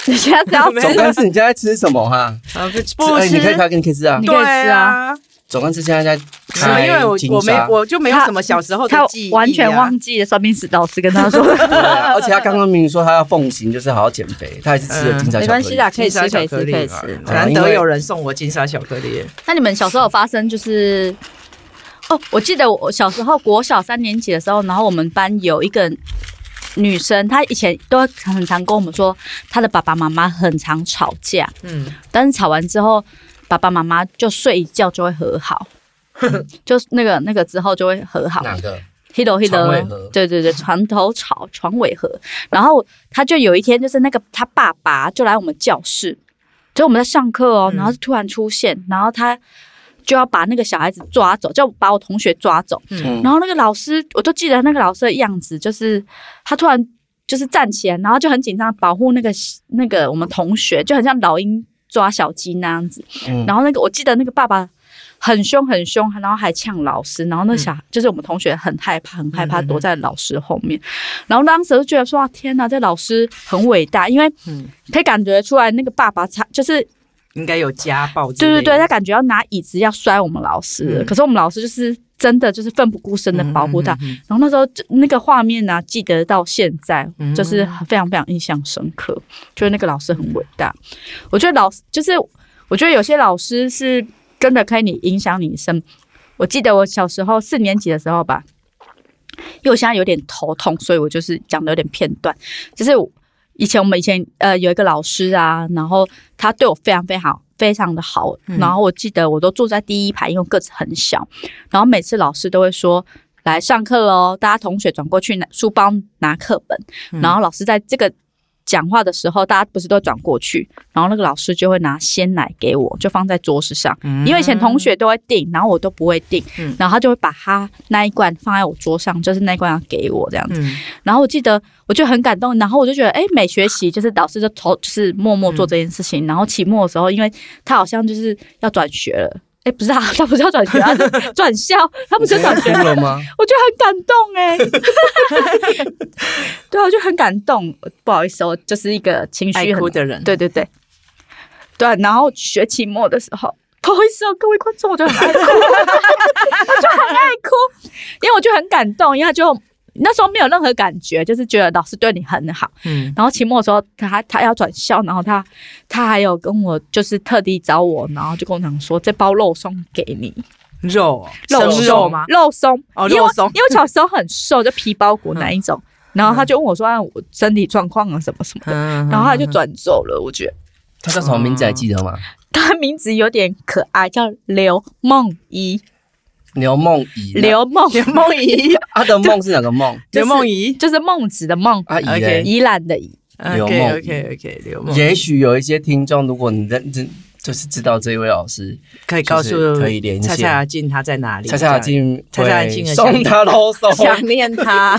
S1: 你下次要
S3: 没
S1: 吃
S3: 有
S2: 总干事你现在在吃什么哈？
S3: 啊，不
S2: 吃
S3: 不
S2: 哎
S3: 吃，
S2: 你可以开给你可以吃啊
S1: 你。
S3: 对
S1: 可以吃啊，
S3: 啊，
S2: 总干事现在在
S3: 是吗
S2: 开
S3: 因为我
S2: 金
S3: 我没
S2: 沙，
S3: 我就没有什么小时候的
S1: 他
S3: 记忆、啊
S1: 完全忘。记了算命师老师跟他说，
S2: 对啊而且他刚刚明明说他要奉行，就是好好减肥，他还是吃了金沙
S1: 没
S2: 巧克
S1: 关
S2: 力
S1: 系。啦，可以吃
S3: 啊金沙
S1: 可以
S3: 巧克
S1: 吃
S3: 力
S1: 可以
S3: 嘛
S1: 吃。
S2: 好
S3: 难
S2: 因
S3: 得
S2: 为
S3: 有人送我金沙巧克力，
S1: 那你们小时候有发生就是？哦，我记得我小时候国小三年级的时候，然后我们班有一个女生，她以前都很常跟我们说，她的爸爸妈妈很常吵架，
S3: 嗯，
S1: 但是吵完之后，爸爸妈妈就睡一觉就会和好，嗯就是那个那个之后就会和好。
S2: 哪个？
S1: Hilo
S2: 床尾和
S1: Hilo，对对对，床头吵，床尾和。然后他就有一天，就是那个他爸爸就来我们教室，就我们在上课哦，
S3: 嗯
S1: 然后突然出现，然后他就要把那个小孩子抓走，就把我同学抓走。
S2: 嗯
S1: 然后那个老师，我就记得那个老师的样子，就是他突然就是站起来，然后就很紧张，保护那个那个我们同学，就很像老鹰抓小鸡那样子。
S2: 嗯
S1: 然后那个我记得那个爸爸很凶很凶，然后还呛老师，然后那小、就是我们同学很害怕很害怕，
S3: 嗯嗯嗯
S1: 躲在老师后面。然后当时就觉得说哇天哪，这老师很伟大，因为
S3: 嗯
S1: 可以感觉出来那个爸爸他就是
S3: 应该有家暴之
S1: 对对
S3: 类的。
S1: 对，他感觉要拿椅子要摔我们老师了，
S3: 嗯
S1: 可是我们老师就是真的就是奋不顾身的保护他。
S3: 嗯，嗯嗯
S1: 然后那时候就那个画面呢、记得到现在
S3: 嗯，
S1: 就是非常非常印象深刻。就是那个老师很伟大，我觉得老师就是，我觉得有些老师是真的可以你影响你一生。我记得我小时候四年级的时候吧，因为我现在有点头痛，所以我就是讲的有点片段。就是我以前我们以前呃有一个老师啊，然后他对我非常非常好非常的好，
S3: 嗯
S1: 然后我记得我都坐在第一排，因为我个子很小，然后每次老师都会说。来上课喽！大家同学转过去拿书包拿课本，
S3: 嗯
S1: 然后老师在这个讲话的时候，大家不是都转过去，然后那个老师就会拿鲜奶给我，就放在桌子上。
S3: 嗯
S1: 因为以前同学都会订，然后我都不会订，
S3: 嗯
S1: 然后他就会把他那一罐放在我桌上，就是那一罐要给我这样子。
S3: 嗯
S1: 然后我记得我就很感动，然后我就觉得，哎，每学期就是老师就头就是默默做这件事情，然后期末的时候，因为他好像就是要转学 了。哎，不是他，他不是要转学，他是转校， 他不是转
S2: 哭
S1: 学，
S2: 了吗？
S1: 我觉得很感动哎、 对啊，我就很感动。不好意思，我就是一个情
S3: 爱
S1: 绪很
S3: 哭的人，
S1: 对对对，对、啊。然后学期末的时候，不好意思哦，各位观众，我就很爱哭，我就 很爱哭，因为我就很感动，因为他就那时候没有任何感觉，就是觉得老师对你很好。
S3: 嗯，
S1: 然后期末的时候，他他要转校，然后他他还有跟我就是特地找我，然后就跟我讲说，这包肉松给你，
S3: 肉
S1: 肉
S3: 生哦
S1: 松
S3: 肉吗？
S1: 肉松，
S3: 哦
S1: 因为
S3: 肉松
S1: 因为我小时候很瘦，就皮包骨那一种。然后他就问我说：“啊，我身体状况啊，什么什么。”
S3: 嗯，
S1: 然后他就转走了。我觉得
S2: 他叫什么名字还记得吗？
S1: 他名字有点可爱，叫刘梦怡。
S2: 刘梦怡，
S1: 刘梦
S3: 刘梦怡，
S2: 他的梦是哪个梦？啊
S3: 刘梦怡
S1: 就是孟子的孟，
S2: 阿姨
S3: OK
S2: 嘞，
S1: 怡兰的怡。
S2: 刘梦怡
S3: o k OK，刘梦怡，
S2: 也许有一些听众，如果你认真就是知道这位老师，
S3: 可以告
S2: 就是
S3: 诉
S2: 可以连线
S3: 蔡蔡阿静他在哪里？
S2: 蔡蔡阿静
S3: 蔡蔡阿静
S2: 会
S3: 的
S2: 送他啰
S3: 这
S2: 嗦，
S3: 样，想 念他，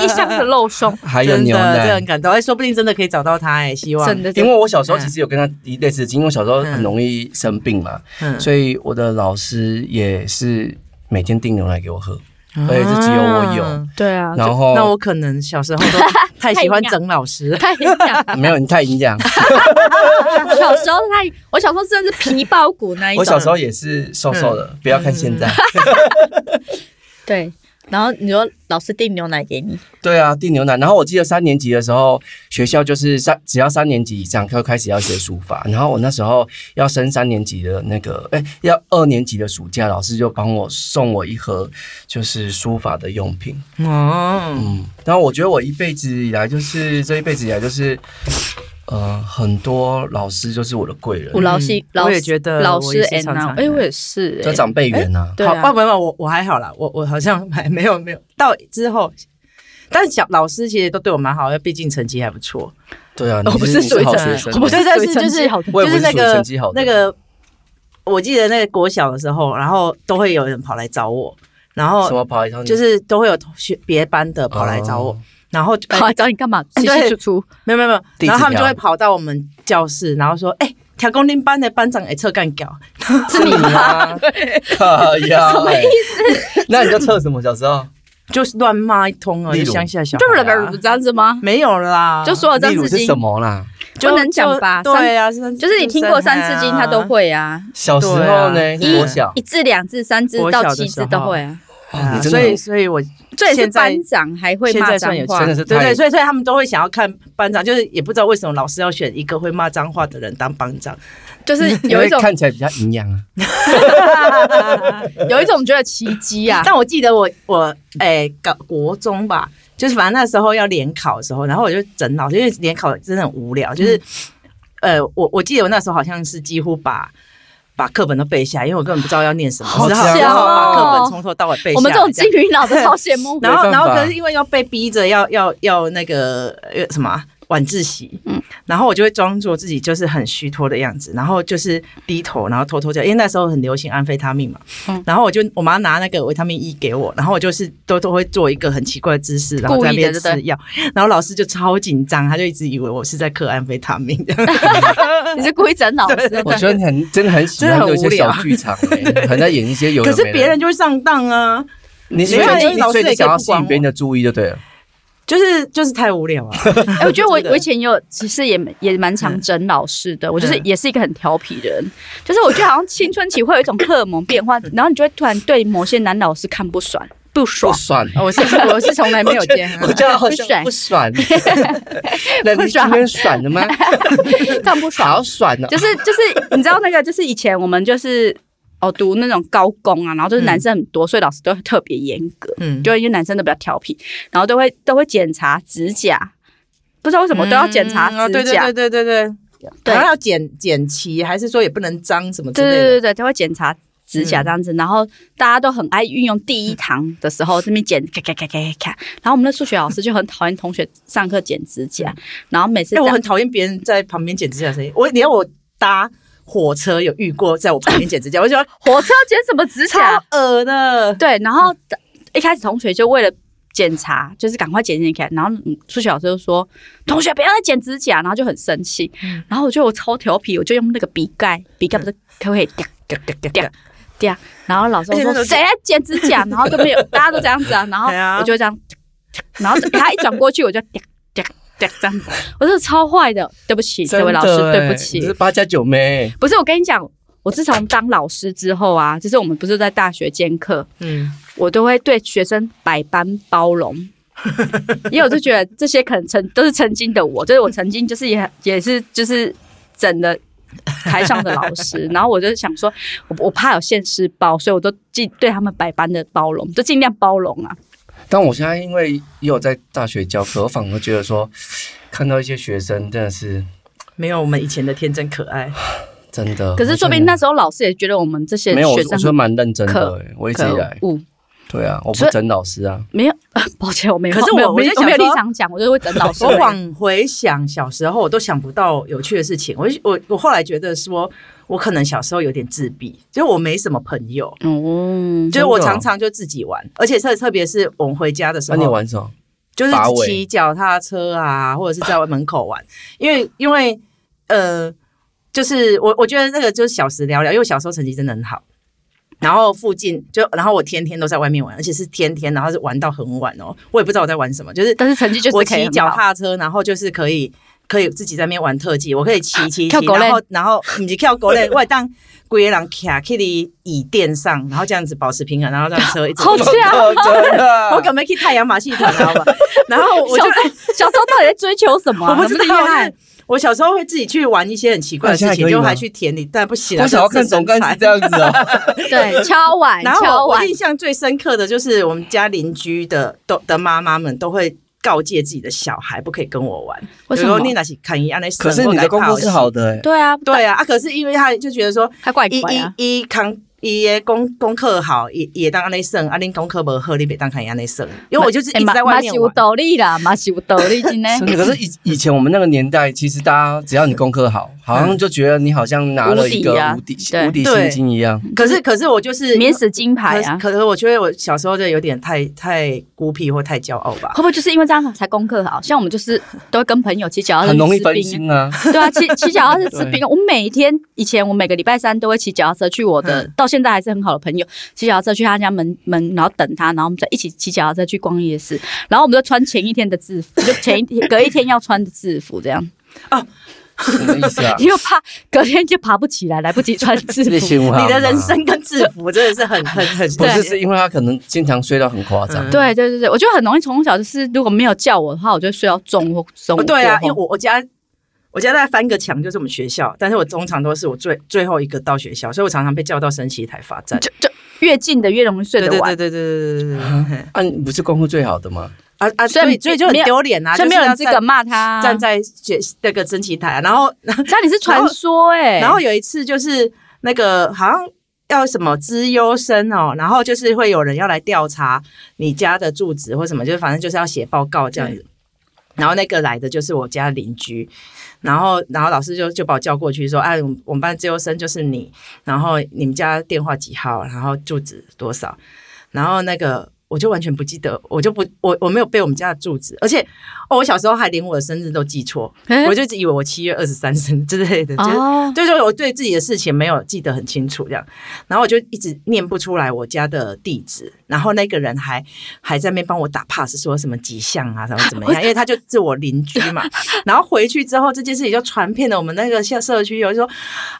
S1: 一箱的肉 松，
S2: 还有
S3: 真
S2: 牛
S3: 的，这很
S2: 奶。
S3: 感动。哎，说不定真的可以找到他哎，希望
S1: 真的
S2: 因为我小时候其实有跟他类似的经历，因为我小时候很容易生病嘛，
S3: 嗯
S2: 所以我的老师也是每天订牛奶给我喝，
S3: 啊
S2: 而且是只有我有。
S1: 对啊
S2: 然后
S3: 那我可能小时候都太喜欢整老师 了。
S1: 太营养。
S2: 啊没有，你 太营养。
S1: 小时候太，我小时候真的是皮包骨那一
S2: 我
S1: 种。
S2: 小时候也是瘦瘦的，不要看现在。
S1: 对，然后你说老师订牛奶给你，
S2: 对啊，订牛奶。然后我记得三年级的时候，学校就是三只要三年级以上课开始要写书法。然后我那时候要升三年级的那个，哎，要二年级的暑假，老师就帮我送我一盒就是书法的用品。
S3: 哦，
S2: 嗯，然后我觉得我一辈子以来，就是这一辈子以来，就是呃，很多老师就是我的贵人
S1: 我，老师，
S3: 嗯
S1: 老
S3: 我
S1: 师
S3: 也觉得
S1: 老
S3: 我
S1: 师
S3: 也是
S1: and
S3: 常
S1: now，
S3: 常
S1: 哎，我也是，
S2: 就
S1: 哎
S2: 长辈缘啊。
S1: 对
S3: 好，
S1: 啊
S3: 不，不不，我我还好啦，我我好像还没有没有到之后。但是小老师其实都对我蛮好，因为毕竟成绩还不错。
S2: 对啊，
S3: 哎哦我
S2: 你
S3: 不
S2: 是
S3: 是
S2: 你是
S3: 水
S2: 好
S3: 准
S2: 学生
S1: 我不是
S2: 欸，
S3: 对但是
S1: 所以
S3: 就
S1: 成绩好的
S2: 我也
S3: 就
S2: 不
S3: 那
S2: 属于成
S3: 个
S2: 绩好的
S3: 那个，我记得那个国小的时候，然后都会有人跑来找我，然
S2: 什
S3: 后
S2: 么跑一趟，
S3: 就是都会有同学别班的跑来找我，
S2: 哦
S3: 然后就、
S1: 好找你干嘛？
S3: 哎
S1: 稀稀
S3: 对
S1: 疏疏，
S3: 没有没有没有，
S2: 地址
S3: 然后他们就
S2: 条
S3: 会跑到我们教室，然后说：“哎、调工龄班的班长哎，测干掉。
S2: 是你 吗？哎呀，什么意思？那你就测什么？小时候，”
S3: 就是乱骂一通啊，
S2: 例
S3: 就
S2: 如
S3: 乡下小
S1: 就
S3: 孩
S1: 是
S3: 啊、
S1: 这样子吗？
S3: 没有啦，
S1: 就所有
S2: 例
S1: 三
S2: 如
S1: 字
S2: 是
S1: 经
S2: 什么啦？
S3: 就
S1: 不能讲吧
S3: 就
S1: 三
S3: 对啊，三
S1: 就是你听过三字经，他都。会啊，
S2: 小时候
S3: 对
S2: 呢，
S3: 啊
S2: 是我小
S1: 一，字、两字、三字
S3: 国小
S1: 到
S3: 的
S1: 七
S3: 时
S1: 字
S3: 候
S1: 都会啊。
S3: 三啊
S2: 哦你真的
S3: 所以所以我
S1: 这也是
S3: 现在
S1: 班长还会
S3: 现
S1: 骂
S3: 在
S1: 脏
S3: 算有
S1: 话，
S2: 真的是
S3: 对
S2: 太
S3: 对，所以所以他们都会想要看班长，就是也不知道为什么老师要选一个会骂脏话的人当班长。
S1: 就是
S2: 因
S1: 有一
S2: 为
S1: 种
S2: 看起来比较营养啊。
S1: 有一种 觉得奇迹 啊。
S3: 但我记得我我诶，搞、国中吧，就是反正那时候要联考的时候，然后我就整老师，因为联考真的很无聊，就是、呃，我我记得我那时候好像是几乎把。把课本都背下来，因为我根本不知道要念什么，
S2: 好
S3: 只好只
S2: 强
S3: 好
S2: 哦
S3: 把课本从头到尾背下来。
S1: 我们这种
S3: 样
S1: 金鱼脑的超羡 慕。
S3: 然
S2: 没
S3: 后，
S2: 办
S3: 然
S2: 法
S3: 后可是因为要被逼着要要要那个呃什么啊晚自习，
S1: 嗯
S3: 然后我就会装作自己就是很虚脱的样子，然后就是低头，然后偷偷叫，因为那时候很流行安非他命嘛，
S1: 嗯
S3: 然后我就我妈拿那个维他命 E 给我，然后我就是都都会做一个很奇怪的姿势，然后在那
S1: 故
S3: 边
S1: 意的对不
S3: 吃
S1: 对
S3: 药，然后老师就超紧张，他就一直以为我是在嗑安非他 命，
S1: 啊你是故意整老师？
S2: 我觉得你很真的很喜欢有一些小剧场欸，很在演一些有的
S3: 可
S2: 没的。
S3: 是别人就会上当啊，
S2: 你所以
S3: 没有
S2: 你
S3: 老
S2: 所
S3: 师
S2: 以你
S3: 也可以
S2: 想要
S3: 不
S2: 吸
S3: 管
S2: 引
S3: 我
S2: 别人的注意就对了。
S3: 就是就是太无聊 啊，
S1: 哎、我觉得我
S3: 真的
S1: 我以前也有，其实也也蛮常整老师的。我 就是
S3: 嗯
S1: 也是一个很调皮的人，就是我觉得好像青春期会有一种荷尔蒙变化，然后你就会突然对某些男老师看不爽，不
S2: 不
S1: 爽。哦
S2: 爽，
S3: 我是我是从来没有见
S2: 我觉得好像不
S1: 啊不
S2: 爽。 那你今天爽了吗？
S1: 看不爽，
S2: 好爽哦！
S1: 就是就是，你知道那个，就是以前我们就是哦读那种高工啊，然后就是男生很多，所以老师都会特别严格，
S3: 嗯，
S1: 就因为男生都比较调皮，然后都会都会检查指甲，不知道为什么都要检查
S3: 嗯哦
S1: 指甲，
S3: 对对对对对
S1: 对
S3: 对，然后要剪剪齐，还是说也不能脏什么之
S1: 对
S3: 类
S1: 对
S3: 的？
S1: 对对，他会检查指
S3: 嗯
S1: 甲这样子，然后大家都很爱运用第一堂的时候这边剪咔咔咔咔咔咔，然后我们的数学老师就很讨厌同学上课剪指甲，然后每次
S3: 哎，
S1: 这
S3: 我
S1: 样
S3: 很讨厌别人在旁边剪指甲的声音。我连我搭火车有遇过在我旁边剪指 甲，我就觉得
S1: 火车剪什么指甲
S3: 超？恶 的。
S1: 对，然后一开始同学就为了。检查就是赶快剪剪剪，然后嗯数学老师就说：“同学不要再剪指甲。”然后就很生气。然后我觉得我超调皮，我就用那个笔盖，笔盖不是可不可以掉
S3: 嘎嘎嘎嘎
S1: 对啊，然后老师就
S3: 而且那
S1: 说
S3: 种
S1: 谁在剪指甲，然后都没有，大家都这样子啊，然后
S3: 对啊
S1: 我就这样，然后他一转过去我就嗲嗲嗲这样子，我真的超坏的，对不起，这位老师，
S2: 真的
S1: 对不
S2: 欸
S1: 起
S2: 你是，八加九妹，
S1: 不是我跟你讲，我自从当老师之后啊，就是我们不是在大学兼课，
S3: 嗯，
S1: 我都会对学生百般包 容。因为我就觉得这些可能曾都是曾经的我，就是我曾经就是也也是就是整的台上的老 师，然后我就想说，我我怕有现实包，所以我都尽对他们百般的包容，就尽量包容啊。
S2: 但我现在因为也有在大学教课，我反而觉得说，看到一些学生真的是
S3: 没有我们以前的天真可爱。
S2: 真的。
S3: 哦
S1: 可是说不定
S2: 我
S1: 那时候老师也觉得我们这些
S2: 真的没有，我
S1: 学
S2: 我说
S1: 生
S2: 蛮认真的
S1: 可
S2: 欸，我一直以
S1: 可
S2: 来
S1: 恶，
S2: 对啊，我不
S1: 所以
S2: 整老师啊，
S1: 没有， 抱歉，我没有，
S3: 可是我
S1: 没有
S3: 我就
S1: 没有
S3: 想
S1: 立
S3: 说
S1: 场讲，我就会整老师而已。
S3: 我往回想小时候，我都想不到有趣的事情。我就我我后来觉得说，我可能小时候有点自闭，就是我没什么朋友，
S1: 哦，啊
S3: 就是我
S2: 真的哦
S3: 常常就自己玩，而且特特别是我们回家的时
S2: 那
S3: 候，
S2: 你玩什么？
S3: 就是
S2: 乏味
S3: 骑脚踏车啊，或者是在门口玩， 因为因为呃，就是我我觉得那个就是小时聊聊，因为我小时候成绩真的很好，然后附近就，然后我天天都在外面玩，而且是天天，然后是玩到很晚哦。我也不知道我在玩什么，就是
S1: 但是成绩就是
S3: 我
S1: 可以
S3: 骑
S1: 很
S3: 脚
S1: 好
S3: 踏车，然后就是可以可以自己在那边玩特技，我可以骑骑
S1: 啊跳
S3: 骑，
S1: 狗
S3: 然后
S1: 链
S3: 然后不是跳狗链，我也当龟狼卡 k i 椅垫上，然后这样子保持平衡，然后让车一直。
S1: 好啊
S2: 真的，
S3: 我可没去太阳马戏团，好吧？然后我
S1: 小
S3: 就
S1: 时候小时候到底在追求什么啊、
S3: 我不知
S1: 那么
S3: 道，
S1: 厉害
S3: 就是我小时候会自己去玩一些很奇怪的
S2: 那现在
S3: 事情，
S2: 可以
S3: 就
S2: 吗
S3: 还去田里，但不行啊。
S2: 我想要看
S3: 这是
S2: 总干
S3: 身材
S2: 是这样子 哦，
S1: 对，敲碗
S3: 然
S1: 敲
S3: 后我我
S1: 碗，
S3: 印象最深刻的就是我们家邻居的都的妈妈们都会告诫自己的小孩不可以跟我玩，
S1: 为什么
S3: 比如说你那是看一安那，
S2: 可是你的功夫是好的欸，
S1: 对啊，
S3: 对啊啊，可是因为他就觉得说
S1: 他怪
S3: 一
S1: 怪啊，
S3: 一一扛。伊的功功课好，也也当安内胜，啊，恁功课无好，你别当看伊安内胜。因为我
S1: 哎
S3: 就是一直在
S1: 嘛嘛
S3: 外面
S1: 是有
S3: 玩，
S1: 道理啦，嘛是有道理，真的。
S2: 真的。可是以以前我们那个年代，其实大家只要你功课好，好像就觉得你好像拿了一个无
S1: 嗯无
S2: 敌
S1: 敌啊
S2: 无敌
S3: 对
S2: 心经一样。
S3: 可是可是我就是
S1: 免死金牌
S3: 可是
S1: 啊！
S3: 可是我觉得我小时候就有点太太孤僻或太骄傲吧。
S1: 会不会就是因为这样才功课好？像我们就是都会跟朋友骑脚踏车
S2: 很容易
S1: 去
S2: 分
S1: 吃冰啊，
S2: 心 啊！
S1: 对啊，骑骑脚踏车吃
S2: 对
S1: 冰啊。我每天以前我每个礼拜三都会骑脚踏车去我的，到现在还是很好的朋友，骑脚踏车去他家门门，然后等他，然后我们再一起骑脚踏车去逛夜市，然后我们就穿前一天的制服，就前一天隔一天要穿的制服这样，
S2: 什么意思啊？
S1: 因为怕隔天就爬不起来，来不及穿制
S2: 你
S1: 服。
S2: 心无
S3: 你的人生跟制服 真的是很很很
S2: 不是
S1: 对
S2: 是因为他可能经常睡到很夸张
S3: 嗯，
S1: 对对对对，我就很容易从小就是，如果没有叫我的话，我就睡到中午中午
S3: 哦， 对啊，
S1: 过
S3: 因为
S1: 后
S3: 我我家我家在翻个墙就是我们学校，但是我通常都是我最最后一个到学校，所以我常常被叫到升旗台罚站。
S1: 就就越近的越容易睡
S3: 对
S1: 得
S3: 对
S1: 晚
S3: 对，对对对对对对，
S2: 啊，你不是功夫最好的吗？
S3: 啊啊！
S1: 所
S3: 所
S1: 以
S3: 以所以就很丢脸啊，
S1: 所以没有人
S3: 就是
S1: 资
S3: 要
S1: 格骂他啊。
S3: 站站在学那个升旗台啊，然后
S1: 这样你是传说哎、
S3: 然后有一次就是那个好像要什么资优生哦，然后就是会有人要来调查你家的住址或什么，就是反正就是要写报告这样子。然后那个来的就是我家邻居，然后然后老师就就把我叫过去说，哎，我们我们班资优生就是你，然后你们家电话几号，然后住址多少，然后那个。我就完全不记得，我就不我我没有背我们家的住址，而且、哦、我小时候还连我的生日都记错，
S1: 欸
S3: 我就一直以为我七月二十三生之类的，就是
S1: 哦，
S3: 对，就是我对自己的事情没有记得很清楚，这样，然后我就一直念不出来我家的地址，然后那个人还还在那边帮我打 pass，说什么几项啊，什么 怎么样，因为他就是我邻居嘛。然后回去之后，这件事情就传遍了我们那个社社区，有人说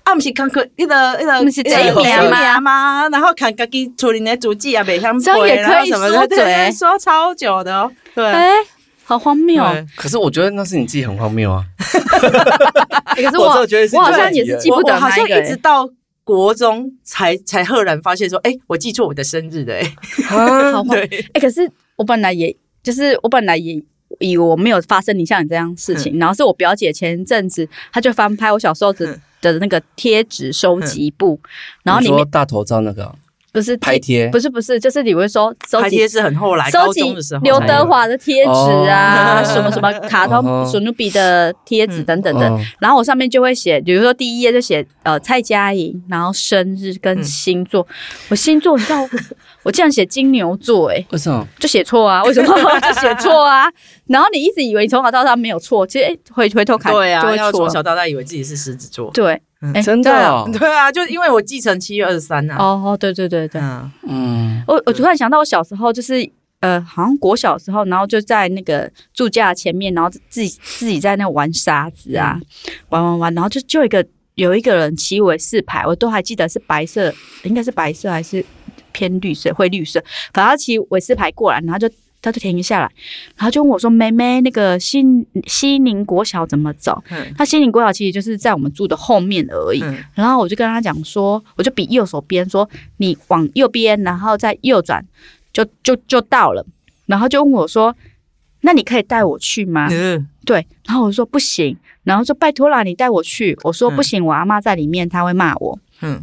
S3: 啊，不是康哥，那个那
S1: 不
S3: 个哎
S1: 是
S2: 这样
S1: 吗
S3: 吗？然后看自己处理的足迹啊，北向
S1: 这样也可以
S3: 什么
S1: 说
S3: 的，对
S1: 嘴
S3: 对，说超久的哦，对。
S1: 哎、好荒谬、
S3: 对
S1: 欸
S2: 可是我觉得那是你自己很荒谬啊！
S1: 可是
S2: 我
S1: 我
S2: 真的觉得是
S1: 我好
S2: 这样
S1: 像也
S2: 子
S1: 是
S2: 耶
S1: 记不
S3: 我
S1: 得
S3: 我好
S1: 那
S3: 像
S1: 一个、
S3: 一直
S1: 欸。
S3: 到国中才才赫然发现说，哎、我记错我的生日的、哎，
S1: 好
S2: 啊，
S1: 荒哎、可是我本来也就是我本来也。以为我没有发生你像你这样事情，然后是我表姐前一阵子，她就翻拍我小时候的
S3: 嗯
S1: 的那个贴纸收集簿，然后
S2: 你
S1: 里
S2: 说
S1: 面
S2: 大头照那个哦
S1: 不是
S2: 拍贴
S1: 不，是不是，就是你会说收
S3: 拍
S1: 集
S3: 贴是很后来
S1: 收
S3: 高
S1: 集
S3: 中的时候，
S1: 刘德华的贴纸啊，
S2: 哦
S1: 什么什么卡
S2: 哦
S1: 通史努比的贴纸等等的。
S2: 嗯
S1: 然后我上面就会写，比如说第一页就写呃蔡佳颖，然后生日跟星座。
S2: 嗯
S1: 我星座你知道， 我竟然写金牛座、欸，
S2: 为什么？
S1: 就写错啊？为什么 就写错啊？然后你一直以为你从小到大没有错，其实、欸、回回头看
S3: 对啊，
S1: 就
S3: 要
S1: 会
S3: 从小
S1: 错。
S3: 到大以为自己是狮子座，
S1: 对，哎
S2: 真的
S1: 对啊
S2: 哦
S3: 对啊，就因为我继承七月二十三呐，
S1: 哦哦，对对对对，
S3: 嗯，
S2: 嗯，
S1: 我我突然想到，我小时候就是呃，好像国小的时候，然后就在那个住架前面，然后自己自己在那玩沙子啊，玩玩玩，然后就就有一个有一个人骑我四排，我都还记得是白色，应该是白色还是偏绿色，灰绿色，反正他骑尾四排过来，然后就。他就停下来，然后就问我说：“妹妹，那个西西宁国小怎么走？”
S3: 嗯
S1: 他西宁国小其实就是在我们住的后面而已。
S3: 嗯
S1: 然后我就跟他讲说，我就比右手边说，你往右边，然后再右转，就就就到了。然后就问我说，那你可以带我去吗？
S3: 嗯，
S1: 对，然后我说不行，然后说拜托啦，你带我去。我说
S3: 嗯
S1: 不行，我阿妈在里面，她会骂我。
S3: 嗯，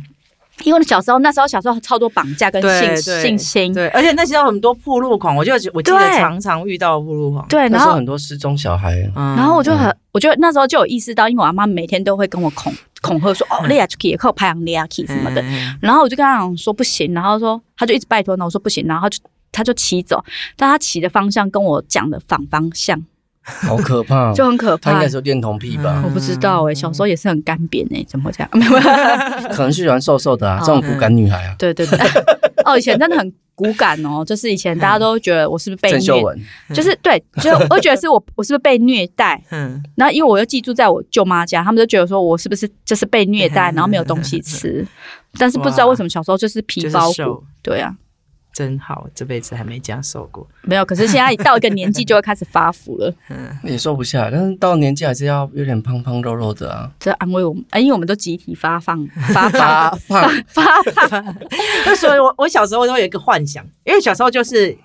S1: 因为小时候那时候小时候超多绑架跟
S3: 对
S1: 性
S3: 对
S1: 性侵，
S3: 对，而且那时候很多铺路狂，我就我记得
S1: 对
S3: 常常遇到铺路狂，
S1: 对，
S2: 那
S1: 然
S2: 时候
S1: 后
S2: 很多失踪小孩，
S3: 嗯
S1: 然后我就很，我就那时候就有意识到，因为我阿妈每天都会跟我恐恐吓说，哦，你也去，也靠排行你也去什么的。
S3: 嗯
S1: 然后我就跟他讲说不行，然后说他就一直拜托，那我说不行，然后他就他就骑走，但他骑的方向跟我讲的反方向，
S2: 好可怕 哦！
S1: 就很可
S2: 他应
S1: 怕
S2: 该。是有恋童癖吧
S1: 我？不知道哎、小时候也是很干扁哎、怎么 会这样？嗯
S2: 可能是喜欢瘦瘦的啊，这种骨感女孩啊。
S1: 对对对，哦，以前真的很骨感哦，就是以前大家都觉得我是不是被
S2: 郑秀
S1: 虐，
S2: 文，
S1: 就是对，就是我觉得是我我是不是被虐待，
S3: 嗯，
S1: 然后因为我又寄住在我舅妈家，他们就觉得说我是不是就是被虐 待，
S3: 嗯
S1: 然后没有东西吃，但是不知道为什么小时候就是皮
S3: 就是
S1: 包骨，
S3: 瘦，
S1: 对啊，
S3: 真好，这辈子还没这样瘦过。
S1: 没有，可是现在到一个年纪就会开始发福了，
S2: 也瘦不下来，但是到年纪还是要有点胖胖肉肉的啊。
S1: 这安慰我们，哎，因为我们都集体发放发
S2: 发
S1: 胖
S2: 胖，
S1: 发胖，
S3: 那所以我我小时候都有一个幻想，因为小时候就是，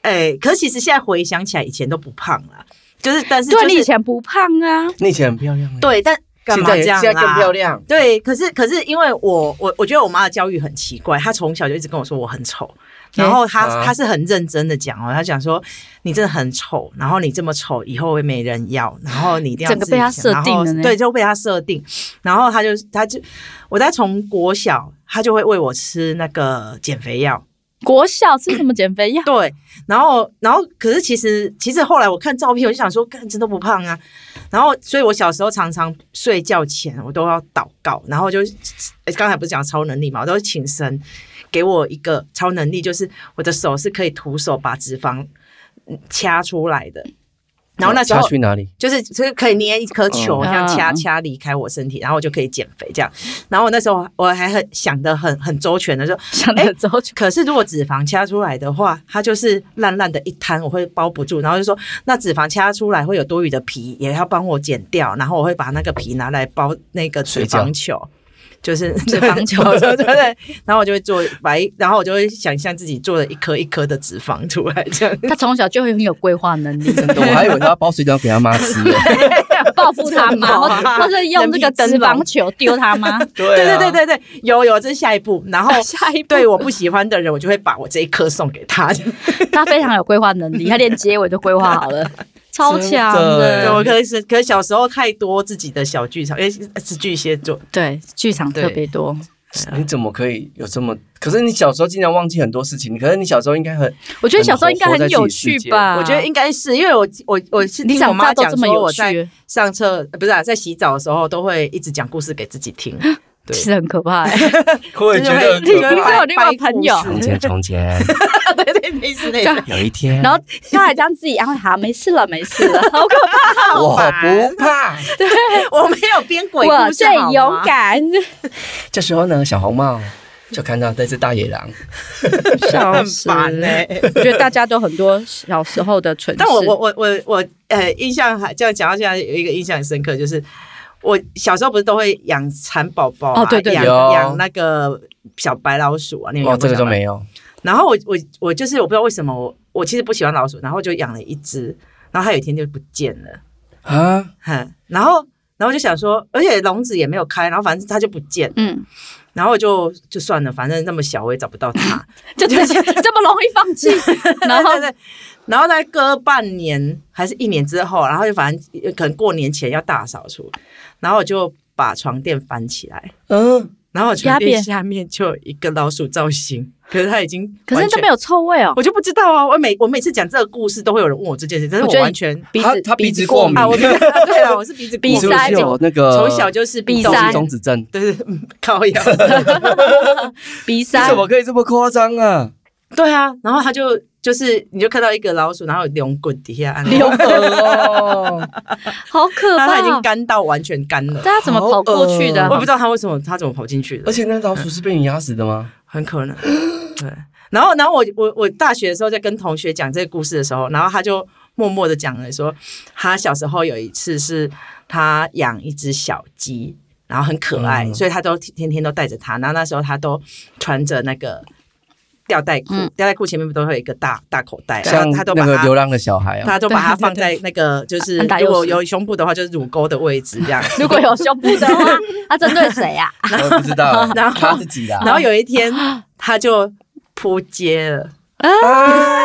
S3: 哎、可是其实现在回想起来，以前都不胖啦，就是但是就
S1: 对啊
S3: 是
S1: 你以前不胖啊，
S2: 你以前很漂亮欸，
S3: 对，但干
S2: 现
S3: 嘛
S2: 在
S3: 这
S2: 也
S3: 样
S2: 现
S3: 啦？
S2: 在更漂亮。
S3: 对，可是可是因为我我我觉得我妈的教育很奇怪，她从小就一直跟我说我很丑，然后她、
S2: 啊
S3: 她是很认真的讲哦，她讲说你真的很丑，然后你这么丑以后会没人要，然后你一定要
S1: 整个
S3: 自己
S1: 被她
S3: 想
S1: 设
S3: 然
S1: 定
S3: 后
S1: 了呢
S3: 对，就被她设定，然后她就她就我在从国小，她就会喂我吃那个减肥药，
S1: 国小吃什么减肥药？
S3: 对，然后然后可是其实其实后来我看照片，我就想说，干真的不胖啊。然后所以我小时候常常睡觉前我都要祷告，然后就呃刚才不是讲超能力嘛，我都请神给我一个超能力，就是我的手是可以徒手把脂肪嗯掐出来的。然后那时候
S2: 她去哪里？
S3: 就是就是可以捏一颗球，
S2: 哦
S3: 这样掐
S1: 嗯
S3: 掐离开我身体，然后我就可以减肥这样。然后我那时候我还很想的很很周全的说，
S1: 想了之 后就
S3: 可是如果脂肪掐出来的话，它就是烂烂的一滩，我会包不住。然后就说，那脂肪掐出来会有多余的皮，也要帮我剪掉，然后我会把那个皮拿来包那个脂肪球。就是脂肪球， 对啊对对，然后我就会做把一，然后我就会想象自己做了一颗一颗的脂肪出来，这样
S1: 他从小就会很有规划能 力，
S2: 真的，我还以为她要包水饺给她妈吃欸。
S1: 报复他妈，或
S3: 真的
S1: 者
S3: 吗
S1: 或者用这个脂肪球丢他妈。
S2: 对
S3: 对
S2: 啊
S3: 对对，对对，有有，这是下一步。然后
S1: 下一步
S3: 对我不喜欢的人，我就会把我这一颗送给他。
S1: 他非常有规划能力，他连结尾都规划好了， 超强
S2: 真
S3: 对
S2: 的
S1: 的。
S3: 我可能是，可是小时候太多自己的小剧场，因为是是巨蟹座，
S1: 对，剧场特别多。
S2: 欸 你怎么可以有这么？可是你小时候经常忘记很多事情，可是你小时候应该很
S1: 我觉得小时候应该很有趣吧？
S3: 我觉得应该是因为我我我是
S1: 啊你
S3: 听我
S1: 长
S3: 妈
S1: 大都
S3: 讲
S1: 这么
S3: 说
S1: 有
S3: 我在
S1: 趣，
S3: 上厕呃不是、啊、在洗澡的时候都会一直讲故事给自己 听，
S1: 其实很可怕欸。
S2: 我也
S3: 就
S2: 觉
S3: 是
S2: 得
S1: 你
S2: 很可
S3: 会
S1: 你
S2: 怕
S1: 会有另外朋友，
S2: 从前，从前，
S3: 对 对类 似类似，
S2: 有一天，
S1: 然后他还这样自己安慰他，没事了，没事 了，好啊可怕。
S2: 我不怕。
S3: 我没有编鬼
S1: 我
S3: 故事，
S1: 最勇
S3: 好吗。
S1: 敢，
S2: 这时候呢，小红帽就看到这只大野狼，
S1: 笑
S3: 很
S1: 死！
S3: 烦哎、
S1: 我觉得大家都很多小时候的蠢事。
S3: 但我我我我我呃，印象还这样讲到现在有一个印象很深刻，就是我小时候不是都会养蚕宝宝啊
S1: 哦对对
S3: 养
S2: 有
S3: 养那个小白老鼠啊，你有
S2: 哇，哦
S3: 养过
S2: 这个
S3: 小
S2: 就
S3: 白
S2: 没有。
S3: 然后我我我就是我不知道为什么我我其实不喜欢老鼠，然后就养了一只，然后它有一天就不见了，
S2: 啊，
S3: 哼，然后然后就想说，而且笼子也没有开，然后反正它就不见，
S1: 嗯，
S3: 然后就就算了，反正那么小我也找不到它，
S1: 就这些这么容易放弃，然后
S3: 对对对然后再隔半年还是一年之后，然后就反正可能过年前要大扫除，然后我就把床垫翻起来，
S2: 嗯，
S3: 然后我
S1: 压
S3: 床
S1: 扁
S3: 垫下面就有一个老鼠造型，可是它已经
S1: 可是
S3: 完
S1: 都
S3: 全
S1: 没有臭味哦。
S3: 我就不知道啊，我每我每次讲这个故事，都会有人问我这件事，但是
S1: 我
S3: 我
S1: 觉得
S3: 完全
S1: 鼻
S2: 他
S1: 子
S2: 他鼻子过敏
S3: 啊，我 对了，我是鼻子
S1: 鼻
S2: 你是不
S1: 塞呃
S2: 是有那个
S3: 从小就是
S1: 鼻
S3: 鼻
S1: 塞
S3: 窦
S2: 中
S1: 塞
S2: 是中子症？
S3: 对对，对 嗯靠腰，
S1: 鼻
S2: 你
S1: 塞
S2: 怎，么可以这么夸张啊？
S3: 对啊，然后他就就是你就看到一个老鼠，然后龙滚底下，
S2: 好恶哦，
S1: 好可
S3: 然后
S1: 怕！啊
S3: 它已经干到完全干了，
S1: 大家怎么跑过去的
S2: 好
S3: 我也
S1: 啊
S3: 不？知道它为什么它怎么跑进去的
S2: 而，且那老鼠是被你压死的吗？
S3: 很可能对。然后，然后我我我大学的时候在跟同学讲这个故事的时候，然后他就默默的讲了说，他小时候有一次是他养一只小鸡，然后很可爱，
S2: 嗯
S3: 所以他都天天都带着它。然后那时候他都穿着那个吊带裤，
S1: 嗯
S3: 吊带裤前面不都会有一个大大口袋，然
S2: 像
S3: 后他都把
S2: 那个
S3: 它
S2: 流浪的小孩啊，
S3: 他都把它放在那个就是
S1: 按打右
S3: 如果
S1: 手
S3: 有胸部的话，就是乳沟的位置这样。
S1: 如果有胸部的话，他针对谁 啊？
S2: 我也不知道，
S3: 然后
S2: 他自己的啊。
S3: 然后有一天，他就扑街了，
S2: 啊，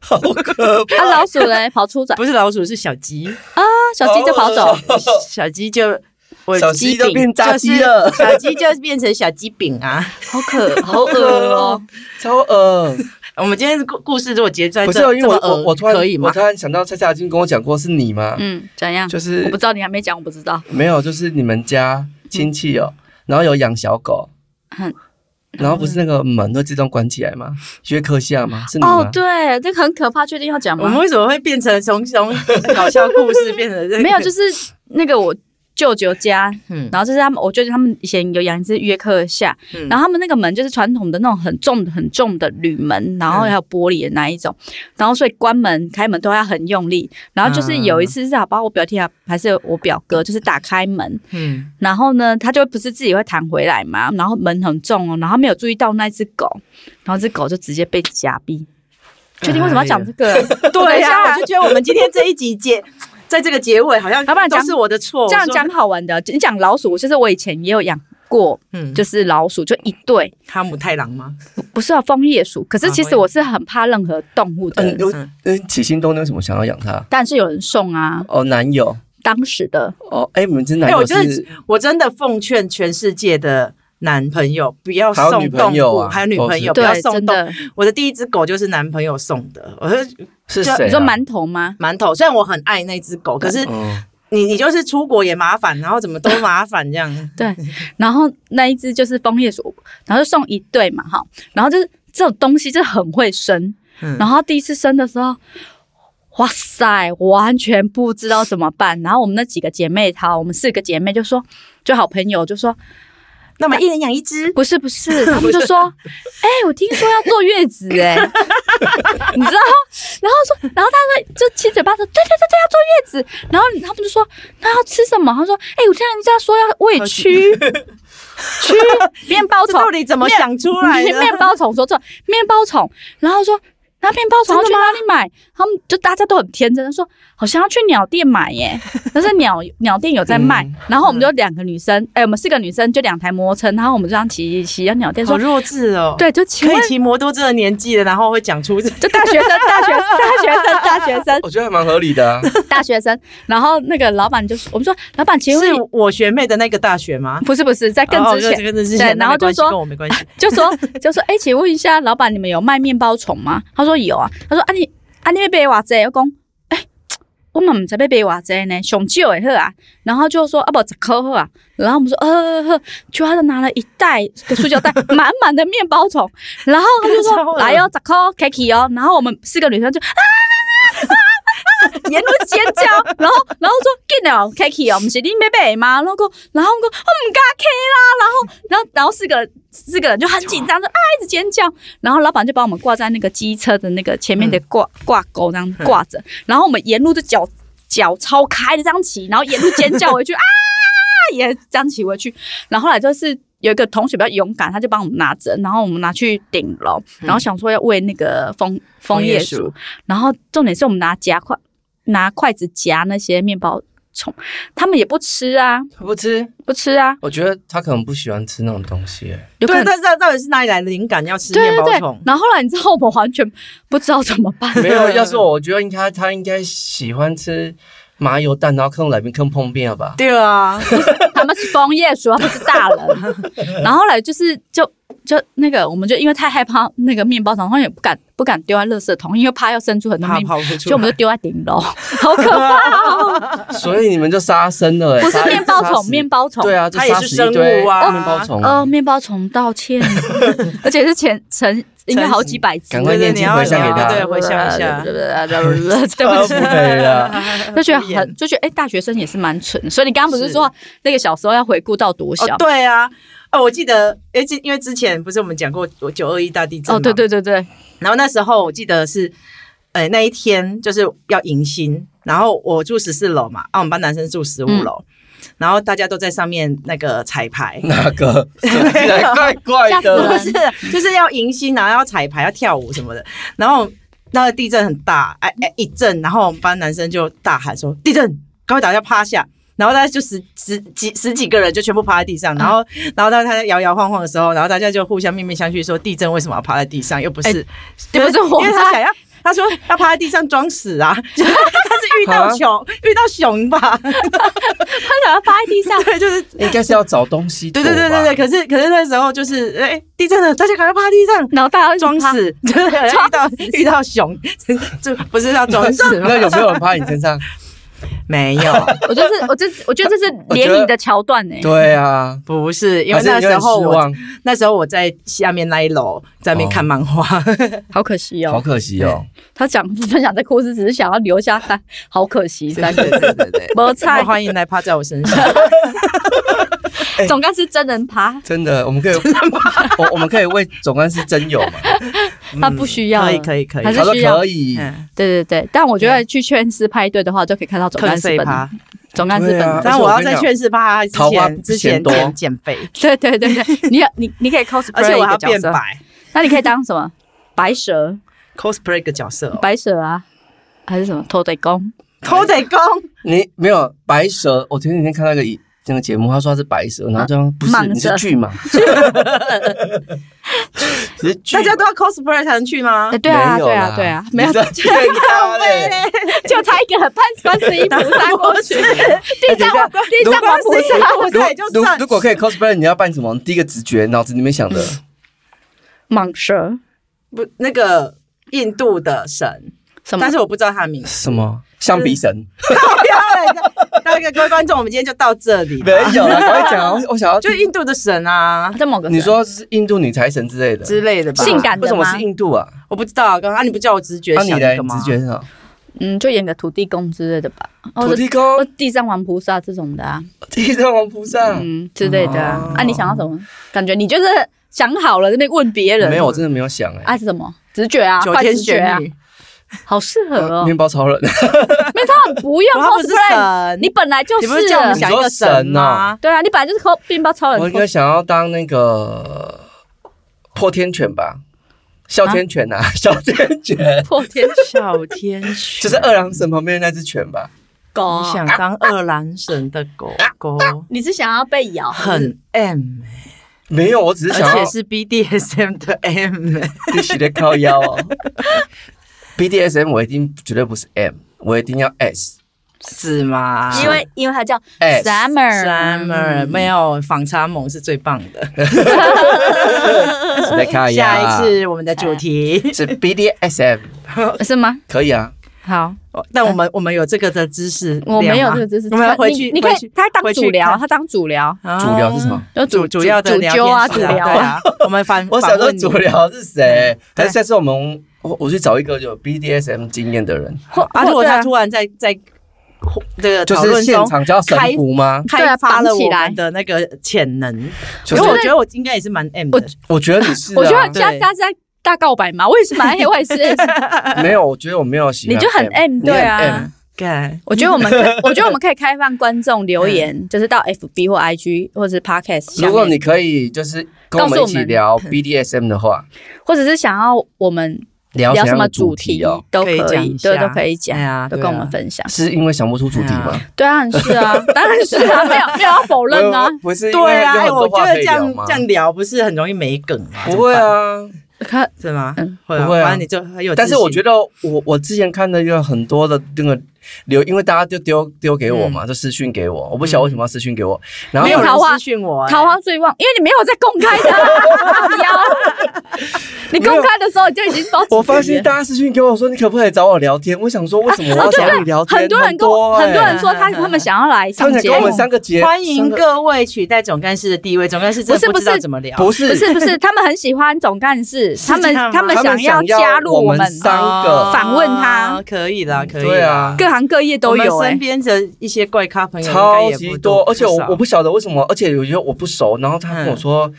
S2: 好可怕！
S1: 啊，老鼠嘞，跑出来，
S3: 不是老鼠，是小鸡，哦
S1: 啊，小鸡就跑走，
S3: 小鸡就我
S2: 小
S3: 鸡
S2: 鸡都
S3: 饼
S2: 变炸
S3: 就是
S2: 鸡了
S3: 小鸡就变成小鸡饼啊。
S1: 好可好恶哦、
S2: 超恶。
S3: 我们今天的故故事如果结在
S2: 不是，
S3: 呃
S2: 啊哦
S3: 这
S2: 因为我
S3: 这么
S2: 我我突然
S3: 可以
S2: 我
S3: 吗
S2: 突？然想到蔡夏金跟我讲过是你吗？
S1: 嗯，怎样？
S2: 就是
S1: 我不知道你还没讲，我不知道。
S2: 没有，就是你们家亲戚哦，然后有养小狗，
S1: 嗯
S2: 然后不是那个门会自动关起来吗？约克夏吗？是你吗？
S1: 哦，对，这个很可怕，确定要讲
S3: 我们
S1: 吗？
S3: 为什么会变成从从搞笑故事变成这个？
S1: 没有，就是那个我舅舅家，
S3: 嗯
S1: 然后就是他们，我舅舅他们以前有养一只约克夏，
S3: 嗯
S1: 然后他们那个门就是传统的那种很重的、很重的铝门，然后还有玻璃的那一种，然后所以关门、开门都要很用力。然后就是有一次是好，包括我表弟啊，还是我表哥，就是打开门，
S3: 嗯
S1: 然后呢，他就不是自己会弹回来嘛，然后门很重哦，然后没有注意到那只狗，然后这狗就直接被夹毙。确定为什么要讲这个？
S3: 对呀、
S1: 呀
S3: 哎我就觉得我们今天这一集结，在这个结尾好像
S1: 要不然
S3: 都
S1: 讲
S3: 是我的错。
S1: 这样
S3: 我说
S1: 讲，好玩的。你讲老鼠，就是我以前也有养过，
S3: 嗯，
S1: 就
S3: 就
S1: 是老鼠就一对，
S3: 哈姆太郎吗？
S1: 不是啊，枫叶鼠。可是其
S3: 啊
S1: 实我是很怕任何动物的
S2: 嗯，
S1: 人，
S2: 有
S3: 嗯
S2: 嗯起心动念为什么想要养它？
S1: 但是有人送啊，
S2: 哦，男友
S1: 当时的
S2: 哦，哎，你们这男
S3: 哎
S2: 友
S3: 我觉得
S2: 是
S3: 我真的奉劝全世界的男朋友不要
S2: 还有
S3: 送
S2: 女
S3: 动
S2: 朋友
S3: 物，
S2: 啊
S3: 还有女
S2: 都
S3: 朋
S2: 是
S3: 友不要
S1: 对，
S3: 送
S1: 真
S3: 动。
S1: 的，
S3: 我的第一只狗就是男朋友送的，我就是
S2: 是
S3: 就
S2: 谁啊？
S1: 你说馒头吗？
S3: 馒头。虽然我很爱那只狗，可是
S2: 哦，
S3: 你你就是出国也麻烦，然后怎么都麻烦 这样。
S1: 然后那一只就是枫叶鼠，然后就送一对嘛，哈，然后就是这种东西就很会生，
S3: 嗯
S1: 然后第一次生的时候。哇塞，完全不知道怎么办。然后我们那几个姐妹淘，我们四个姐妹就说，就好朋友就说，
S3: 那么一人养一只，
S1: 不是不是，他们就说，哎、我听说要坐月子哎、 你知道？然后说，然后他们就七嘴八舌，对对对对，要坐月子。然后他们就说，那要吃什么？他说，哎、我听人家说要喂蛆， 蛆面包
S3: 这
S1: 虫
S3: 到，底怎么
S1: 面
S3: 想出 来的？
S1: 面包虫说错，面包虫，然后说。那面包虫要去哪里买？他们就大家都很天真，说好像要去鸟店买耶，但是鸟鸟店有在卖。
S2: 嗯
S1: 然后我们就两个女生，哎、我们四个女生就两台摩托车，然后我们就这样骑骑骑到鸟店
S3: 好
S1: 说，
S3: 弱智哦！，
S1: 对，就请
S3: 可
S1: 问
S3: 以骑摩托车的年纪了，然后会讲出这
S1: 就大学 生，大学大学生，大学生，
S2: 我觉得还蛮合理的 啊。
S1: 大学生。然后那个老板就我们说，老板 请问
S3: 是
S1: 你
S3: 我学妹的那个大学吗？
S1: 不是不是在更之前
S3: 哦，更之
S1: 对
S3: 前，那
S1: 然后
S3: 没关系
S1: 就说
S3: 跟我没关系。
S1: 就说就说，哎、请问一下，老板，你们有卖面包虫吗？他说有啊。他说啊你啊你要买偌济？我讲，哎、我们唔知要买偌济呢，上少的好啊。然后就说啊不十颗好啊。然后我们说呃呵，就他就拿了一袋塑胶袋，满满的面包虫。然后他就
S3: 超
S1: 说
S3: 恶
S1: 来哦，十颗 k i k i 哦。然后我们四个女生就啊。沿路尖叫，然后然后说紧哦 k i k i 哦，不是你要买吗？然后讲，然后我们讲我唔敢 K 啦，然后然后然后四个四个人就很紧张，就啊一直尖叫，然后老板就把我们挂在那个机车的那个前面的挂、挂钩这样挂着，然后我们沿路就脚脚超开的这样骑，然后沿路尖叫回去啊也这样骑回去，然后后来就是。有一个同学比较勇敢，他就帮我们拿着，然后我们拿去顶楼，然后想说要喂那个枫 枫叶鼠，，然后重点是我们拿夹筷拿筷子夹那些面包虫，他们也不吃啊，
S2: 他不吃，
S1: 不吃啊，
S2: 我觉得他可能不喜欢吃那种东 西。
S1: 有可
S3: 对，
S1: 能
S3: 但是到底是哪里来的灵感要吃面包虫？
S1: 然后后来你知道我们完全不知道怎么办，
S2: 没有，要是我，我觉得应该他应该喜欢吃麻油蛋，然后跟来宾更碰面了吧？
S3: 对啊，
S1: 他们是枫叶鼠，他们是大人。然后后来就是就就那个，我们就因为太害怕那个面包虫，然后也不敢不敢丢在垃圾桶，因为怕要生出很多
S3: 怕
S1: 面包，
S3: 跑不出来，
S1: 所以我们就丢在顶楼，好可怕哦！
S2: 所以你们就杀生了、欸，
S1: 不是
S2: 杀
S1: 面包
S2: 杀
S1: 虫，
S2: 死
S1: 面包虫。
S2: 对啊，就
S3: 它也
S2: 杀
S3: 是
S2: 死
S3: 生
S2: 一堆
S3: 物啊
S2: 面包虫啊、
S1: 哦，面包虫道歉，而且是前成应该好几百只，
S2: 赶快念经回向给他，
S3: 对回向一下
S1: 对 不起
S2: 对。了，，
S1: 就觉
S3: 敷
S1: 得
S3: 衍
S1: 很就觉得哎、大学生也是蛮蠢，所以你刚刚不是说那个小时候要回顾到多小？
S3: 哦，对啊。哦，我记得，诶，记因为之前不是我们讲过我九二一大地震
S1: 哦，对
S3: 嘛，
S1: 对对对，
S3: 然后那时候我记得是，呃，那一天就是要迎新，然后我住十四楼嘛，啊，我们班男生住十五楼，然后大家都在上面那个彩排
S2: 哪个？
S3: 嗯
S2: 怪怪
S1: 吓
S3: 不
S2: 的，
S1: 死
S3: 是，就是要迎新，然后要彩排，要跳舞什么的，然后那个地震很大，哎哎一震，然后我们班男生就大喊说地震，赶快大家趴下。然后大家就十十几十几个人就全部趴在地上，然后
S1: 嗯
S3: 然后大家摇摇晃晃的时候，然后大家就互相面面相觑说地震为什么要趴在地上，又不是
S1: 也哎不是火
S3: 因为他想
S1: 灾，
S3: 要，他说要趴在地
S1: 啊
S3: 上装死啊，就是他是遇到熊，遇到熊吧？
S1: 他想要趴在地上。
S3: 对，就是
S2: 应该是要找东西躲
S3: 对
S2: 吧。
S3: 对对对对。可是可是那时候就是哎、地震了，大家赶快趴地上。
S1: 然后大家就
S3: 装
S1: 怕，
S3: 死，就是哎遇到 遇到熊，就不是 要装死吗
S2: 那？有没有人趴你身上？
S3: 没有，
S1: 我就是我这是我觉得这是
S2: 我觉得
S1: 联谊的桥段哎、
S2: 对啊，
S3: 不是，因为
S2: 还是
S3: 那
S2: 有点
S3: 时候
S2: 失
S3: 我
S2: 望
S3: 那时候我在下面那一楼在那边看漫 画，
S1: 好可惜
S2: 好
S1: 哦。
S2: 可惜哦。
S1: 他讲分享这故事，只是想要留下三， 好可惜
S3: 对
S1: 三个
S3: 对
S1: 字。
S3: 对对对，
S1: 没菜
S3: 欢迎来趴在我身 上，
S1: 总干是真人趴，
S2: 真的，我们可以，我我们可以为总干事真有嘛？
S1: 他不需要了
S3: 可以可以可以
S1: 还，是
S2: 他说
S1: 需要
S2: 可以，
S3: 嗯，
S1: 对对对。但我觉得去劝师派对的话，就可以看到总
S3: 坑
S1: 干事
S3: 碎
S1: 本人，
S3: 趴，
S1: 总干事本人。
S2: 对啊
S3: 但我要在劝世趴之
S2: 桃花
S3: 前之
S2: 嫌
S3: 前
S2: 多
S3: 减减肥，
S1: 对对对对， 你要你你可以 cosplay，
S3: 而且我要
S1: 一个角
S3: 变
S1: 色，
S3: 白
S1: 那你可以当什么？白蛇，
S3: cosplay 一个角色哦，
S1: 白蛇啊，还是什么土地公？
S3: 偷得公
S2: 你没有白蛇？我前几天看那个一那个节目，他说他是白蛇，然后就说不
S1: 啊蟒
S2: 是，你是
S1: 蛇
S2: 巨蟒，只是巨
S3: 大家
S2: 蟒
S3: 都要 cosplay 才能去吗
S1: 哎，？对啊，
S2: 没有
S1: 对啊，
S2: 啦
S1: 对啊，没有
S2: 你， 这健康嘞。
S3: 哎
S1: 就差一个很判观世音菩萨过去，地藏
S3: 哎
S1: 王，地藏王菩萨，
S3: 菩
S2: 如
S3: 萨也就
S2: 如
S3: 算
S2: 如果可以 cosplay，你要扮什么？第一个直觉，脑子里面想的
S1: 蟒蛇
S3: 不那个印度的神，
S1: 什么
S3: 但？是我不知道他的名字。
S2: 什么？橡皮神？
S3: 不要了，大家各位观众，我们今天就到这里吧。
S2: 没有啦，赶快讲啊！我我想 要
S3: 就印度的神啊
S1: 在某个
S2: 你说是印度女财神之类的，
S3: 之类的吧。
S1: 性感
S2: 为
S1: 的
S2: 什么
S1: 吗
S2: 是？印度啊？
S3: 我不知道，刚刚、啊、你不叫我直觉
S2: 那你
S3: 想
S2: 的
S3: 的吗？
S2: 直觉是什么？
S1: 嗯，就演个土地公之类哦的吧，或
S2: 土
S1: 者
S2: 地
S1: 或
S2: 公、
S1: 地藏王菩萨这种的啊，
S2: 地藏王菩萨。
S1: 嗯之类的啊
S2: 哦。
S1: 啊，你想要什么？感觉你就是想好了，在那边问别人。
S2: 没有，我真的没有想哎。
S1: 啊，是什么？直觉啊，
S3: 九
S1: 快
S3: 天
S1: 直觉啊
S3: 玄，女，
S1: 好适合哦。
S2: 面包超人，
S1: 不用
S3: 哦他不是
S1: cosplay，
S3: 神，
S1: 你本来就
S3: 你
S1: 是啊
S3: 不是叫我们想一个神吗？
S1: 对啊，你本来就是 cos 面包
S3: 哦
S1: 超人
S2: 我应该
S1: cos，
S2: 想要当那个破天犬吧，哮天犬啊，哮天 犬
S1: 破天
S3: 小天使
S2: 就是二郎神旁边那只犬吧。
S1: 狗
S3: 我想
S1: 啊。
S3: 当二郎神的狗狗，
S1: 你是想要被咬？
S3: 很 M，、
S2: 没有，我只是啊想
S3: 而
S2: 要
S3: 且是 BDSM 的 M，、
S2: 必须得靠腰哦。BDSM 我一定绝对不是 M，我一定要 S
S3: 是吗？
S1: 因为嗯因为它叫
S2: S。
S1: summer
S3: Summer 哎没有反差萌是最棒的。
S2: 是在靠腰
S3: 下一
S2: 啊。
S3: 次我们的主 题，
S2: 是 BDSM，
S1: 是吗？
S2: 可以啊。
S1: 好，
S3: 哦但我们我们有这个的知识量吗，
S1: 嗯我没有这个知识。
S3: 我们要回去，
S1: 你你可
S3: 回
S1: 以
S3: 去
S1: 他当
S3: 回去
S1: 主聊，
S3: 看哦
S1: 他当主聊，
S2: 主聊是什么？？
S1: 就
S3: 主主要的
S1: 主
S3: 聊
S1: 揪啊，主
S3: 天室
S1: 聊
S3: 对
S1: 啊。
S3: 啊，我们反
S2: 我想
S3: 反
S2: 说
S3: 问你
S2: 主聊是谁？还
S3: 对
S2: 是下次我们我我去找一个有 BDSM 经验的人，
S1: 或
S3: 啊，
S1: 或
S3: 如果
S1: 对
S3: 他
S1: 啊
S3: 突然在 在这个
S2: 就
S3: 讨
S2: 是
S3: 论
S2: 现
S3: 中
S2: 场叫神符吗？
S1: 对
S3: 开
S1: 啊
S3: 发了
S1: 绑起
S3: 我
S1: 来
S3: 们的那个潜能，
S2: 就
S3: 因
S2: 是
S3: 为我觉得我应该也是蛮 M 的，
S2: 我觉得你是、啊，
S1: 我觉得
S3: 对
S1: 大家是在大告白嘛，我也是蛮黑，我 也是 S，
S2: 没有，我觉得我没有喜欢，
S1: 你就很 M 对啊
S2: 你很 M
S3: 干
S1: 我觉得我们可，我觉得我们可以开放观众
S3: 嗯
S1: 留言，就是到 FB 或 IG 或者是 Podcast 下面
S2: 如果你可以就是跟我们
S1: 告诉
S2: 一
S1: 我
S2: 起
S1: 们
S2: 聊 BDSM 的话，
S1: 或者是想要我们
S2: 聊
S1: 聊
S2: 什
S1: 什
S2: 么
S1: 么
S2: 样的主
S1: 主
S2: 题
S1: 题
S2: 哦？
S1: 都
S3: 可
S1: 可
S3: 以讲一
S1: 以，
S3: 下
S1: 对，都可以讲
S3: 哎呀，
S1: 都
S3: 对啊
S1: 跟我们分享。
S2: 是因为想不出主题吗？
S1: 对啊，是啊，当然是啊，没有没有要否认啊
S2: 我，我呃不是因为
S3: 对啊，
S2: 有
S3: 哎
S2: 很
S3: 我
S2: 多
S3: 觉
S2: 话
S3: 得
S2: 可以
S3: 这样
S2: 聊吗
S3: 这样聊不是很容易没梗吗？
S2: 不会啊，
S1: 看
S3: 怎么办，
S1: 嗯
S3: 是吗？会啊
S2: 不会啊
S3: 反正你就很有自信，
S2: 但是我觉得我我之前看的有很多的那个留，因为大家就丢丢给我嘛，就私讯给我，我不晓得为什么要私讯给我，然后
S3: 没有人
S1: 桃花
S3: 私讯我哎
S1: 桃花最旺，因为你没有在公开的 啊，你要你公开的时候你就已经包
S2: 我发现大家私讯给我说你可不可以找我聊天，我想说为什么我要找你聊天？
S1: 啊很多人跟我，
S2: 欸
S1: 很多人说他他们想要来
S2: 他
S1: 上
S2: 们
S1: 节
S2: 想跟我
S1: 目
S2: 们，三个节
S3: 欢迎
S2: 三个
S3: 各位啊取代总干事的地位，总干事真
S1: 不是
S3: 的不知
S1: 不
S3: 道
S1: 是
S3: 怎么聊，
S2: 不
S1: 不
S2: 是
S1: 是不是，他们很喜欢总干事，他们
S3: 这样吗
S1: 他们
S2: 啊他们
S1: 想要
S2: 想要
S1: 加入
S2: 我
S1: 我
S2: 们
S1: 们
S2: 三个
S1: 访问他
S3: 哦可以啦，可以啦，
S2: 对啊
S1: 各行各业都有
S3: 我们
S1: 哎、
S3: 身边的一些怪咖朋友应该
S2: 超
S3: 也
S2: 级
S3: 不
S2: 多，而且我
S3: 不少
S2: 我不晓得为什么，而且有些我不熟，然后他跟我
S1: 嗯
S2: 说他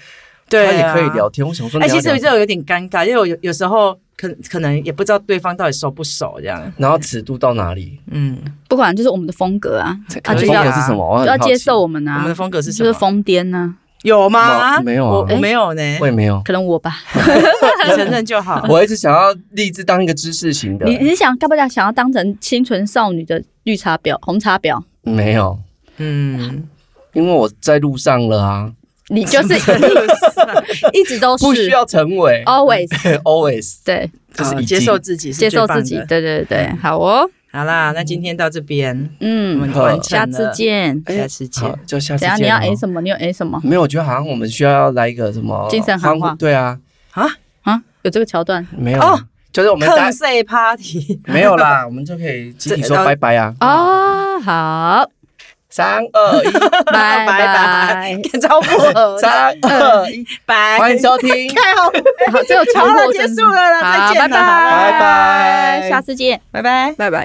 S3: 对、啊、
S2: 也可以聊。天，我想说
S3: 哎、
S2: 你要
S3: 其实
S2: 聊
S3: 我
S2: 天，
S3: 就有点尴尬，因为我有有时候可可能也不知道对方到底熟不熟这样。
S2: 然后尺度到哪里？
S3: 嗯，
S1: 不管就是我们的风格啊，
S2: 我
S1: 啊
S2: 的
S1: 就
S2: 风
S1: 要
S2: 格是什么？我很
S1: 要
S2: 好奇
S1: 接受我们啊，
S3: 嗯我们的风格是什
S1: 就
S3: 么？
S1: 是疯癫呢、
S3: 有吗？
S2: 没没有啊
S3: 我
S2: 哎
S3: 我没有呢，
S2: 我也没有，
S1: 可能我吧。
S3: 你承认 就好。
S2: 我一直想要立志当一个知识型的，
S1: 嗯你你想干不干？想要当成清纯少女的绿茶婊、红茶婊？
S2: 没有，
S3: 嗯，
S2: 因为我在路上了啊，
S1: 你就是 一直都
S2: 不需
S1: 哦是哦
S2: 要成为
S1: always
S2: always
S1: 对
S2: 嗯就是
S3: 好
S2: 已经
S3: 接受自己，
S1: 接受自己，。对对对，好哦，
S3: 好啦，那今天到这边，我
S1: 嗯
S3: 们，完成
S1: 下
S3: 了
S1: 次，见。
S2: 哎
S3: 下次见
S2: 好，，就下次
S1: 等
S2: 见哦
S1: 下
S2: 咯。
S1: 你要 A 什么？你有 A 什么
S2: 没有，我觉得好像我们需要来一个什么
S1: 精神喊话
S2: 欢呼对啊，
S3: 啊，
S1: 啊？有这个桥段
S2: 没有，
S3: 哦
S2: 就是我们大
S3: 坑塞 party，
S2: 没有啦，我 们就可以集体说
S3: 这
S2: 拜拜啊！
S1: 哦，好，
S2: 三二一，
S1: 拜
S3: 拜
S1: 拜。
S3: 跟招不 合，
S2: 三二一，
S3: 拜，
S2: 欢迎收听。
S3: 看哦 好，
S1: 好，这个强
S3: 好了
S1: 迫
S3: 结
S1: 症
S3: 束了啦
S1: 好
S3: 再见
S1: 拜
S3: 啦
S1: 拜
S2: 拜拜
S1: 下次见，
S3: 拜拜。
S1: 拜拜。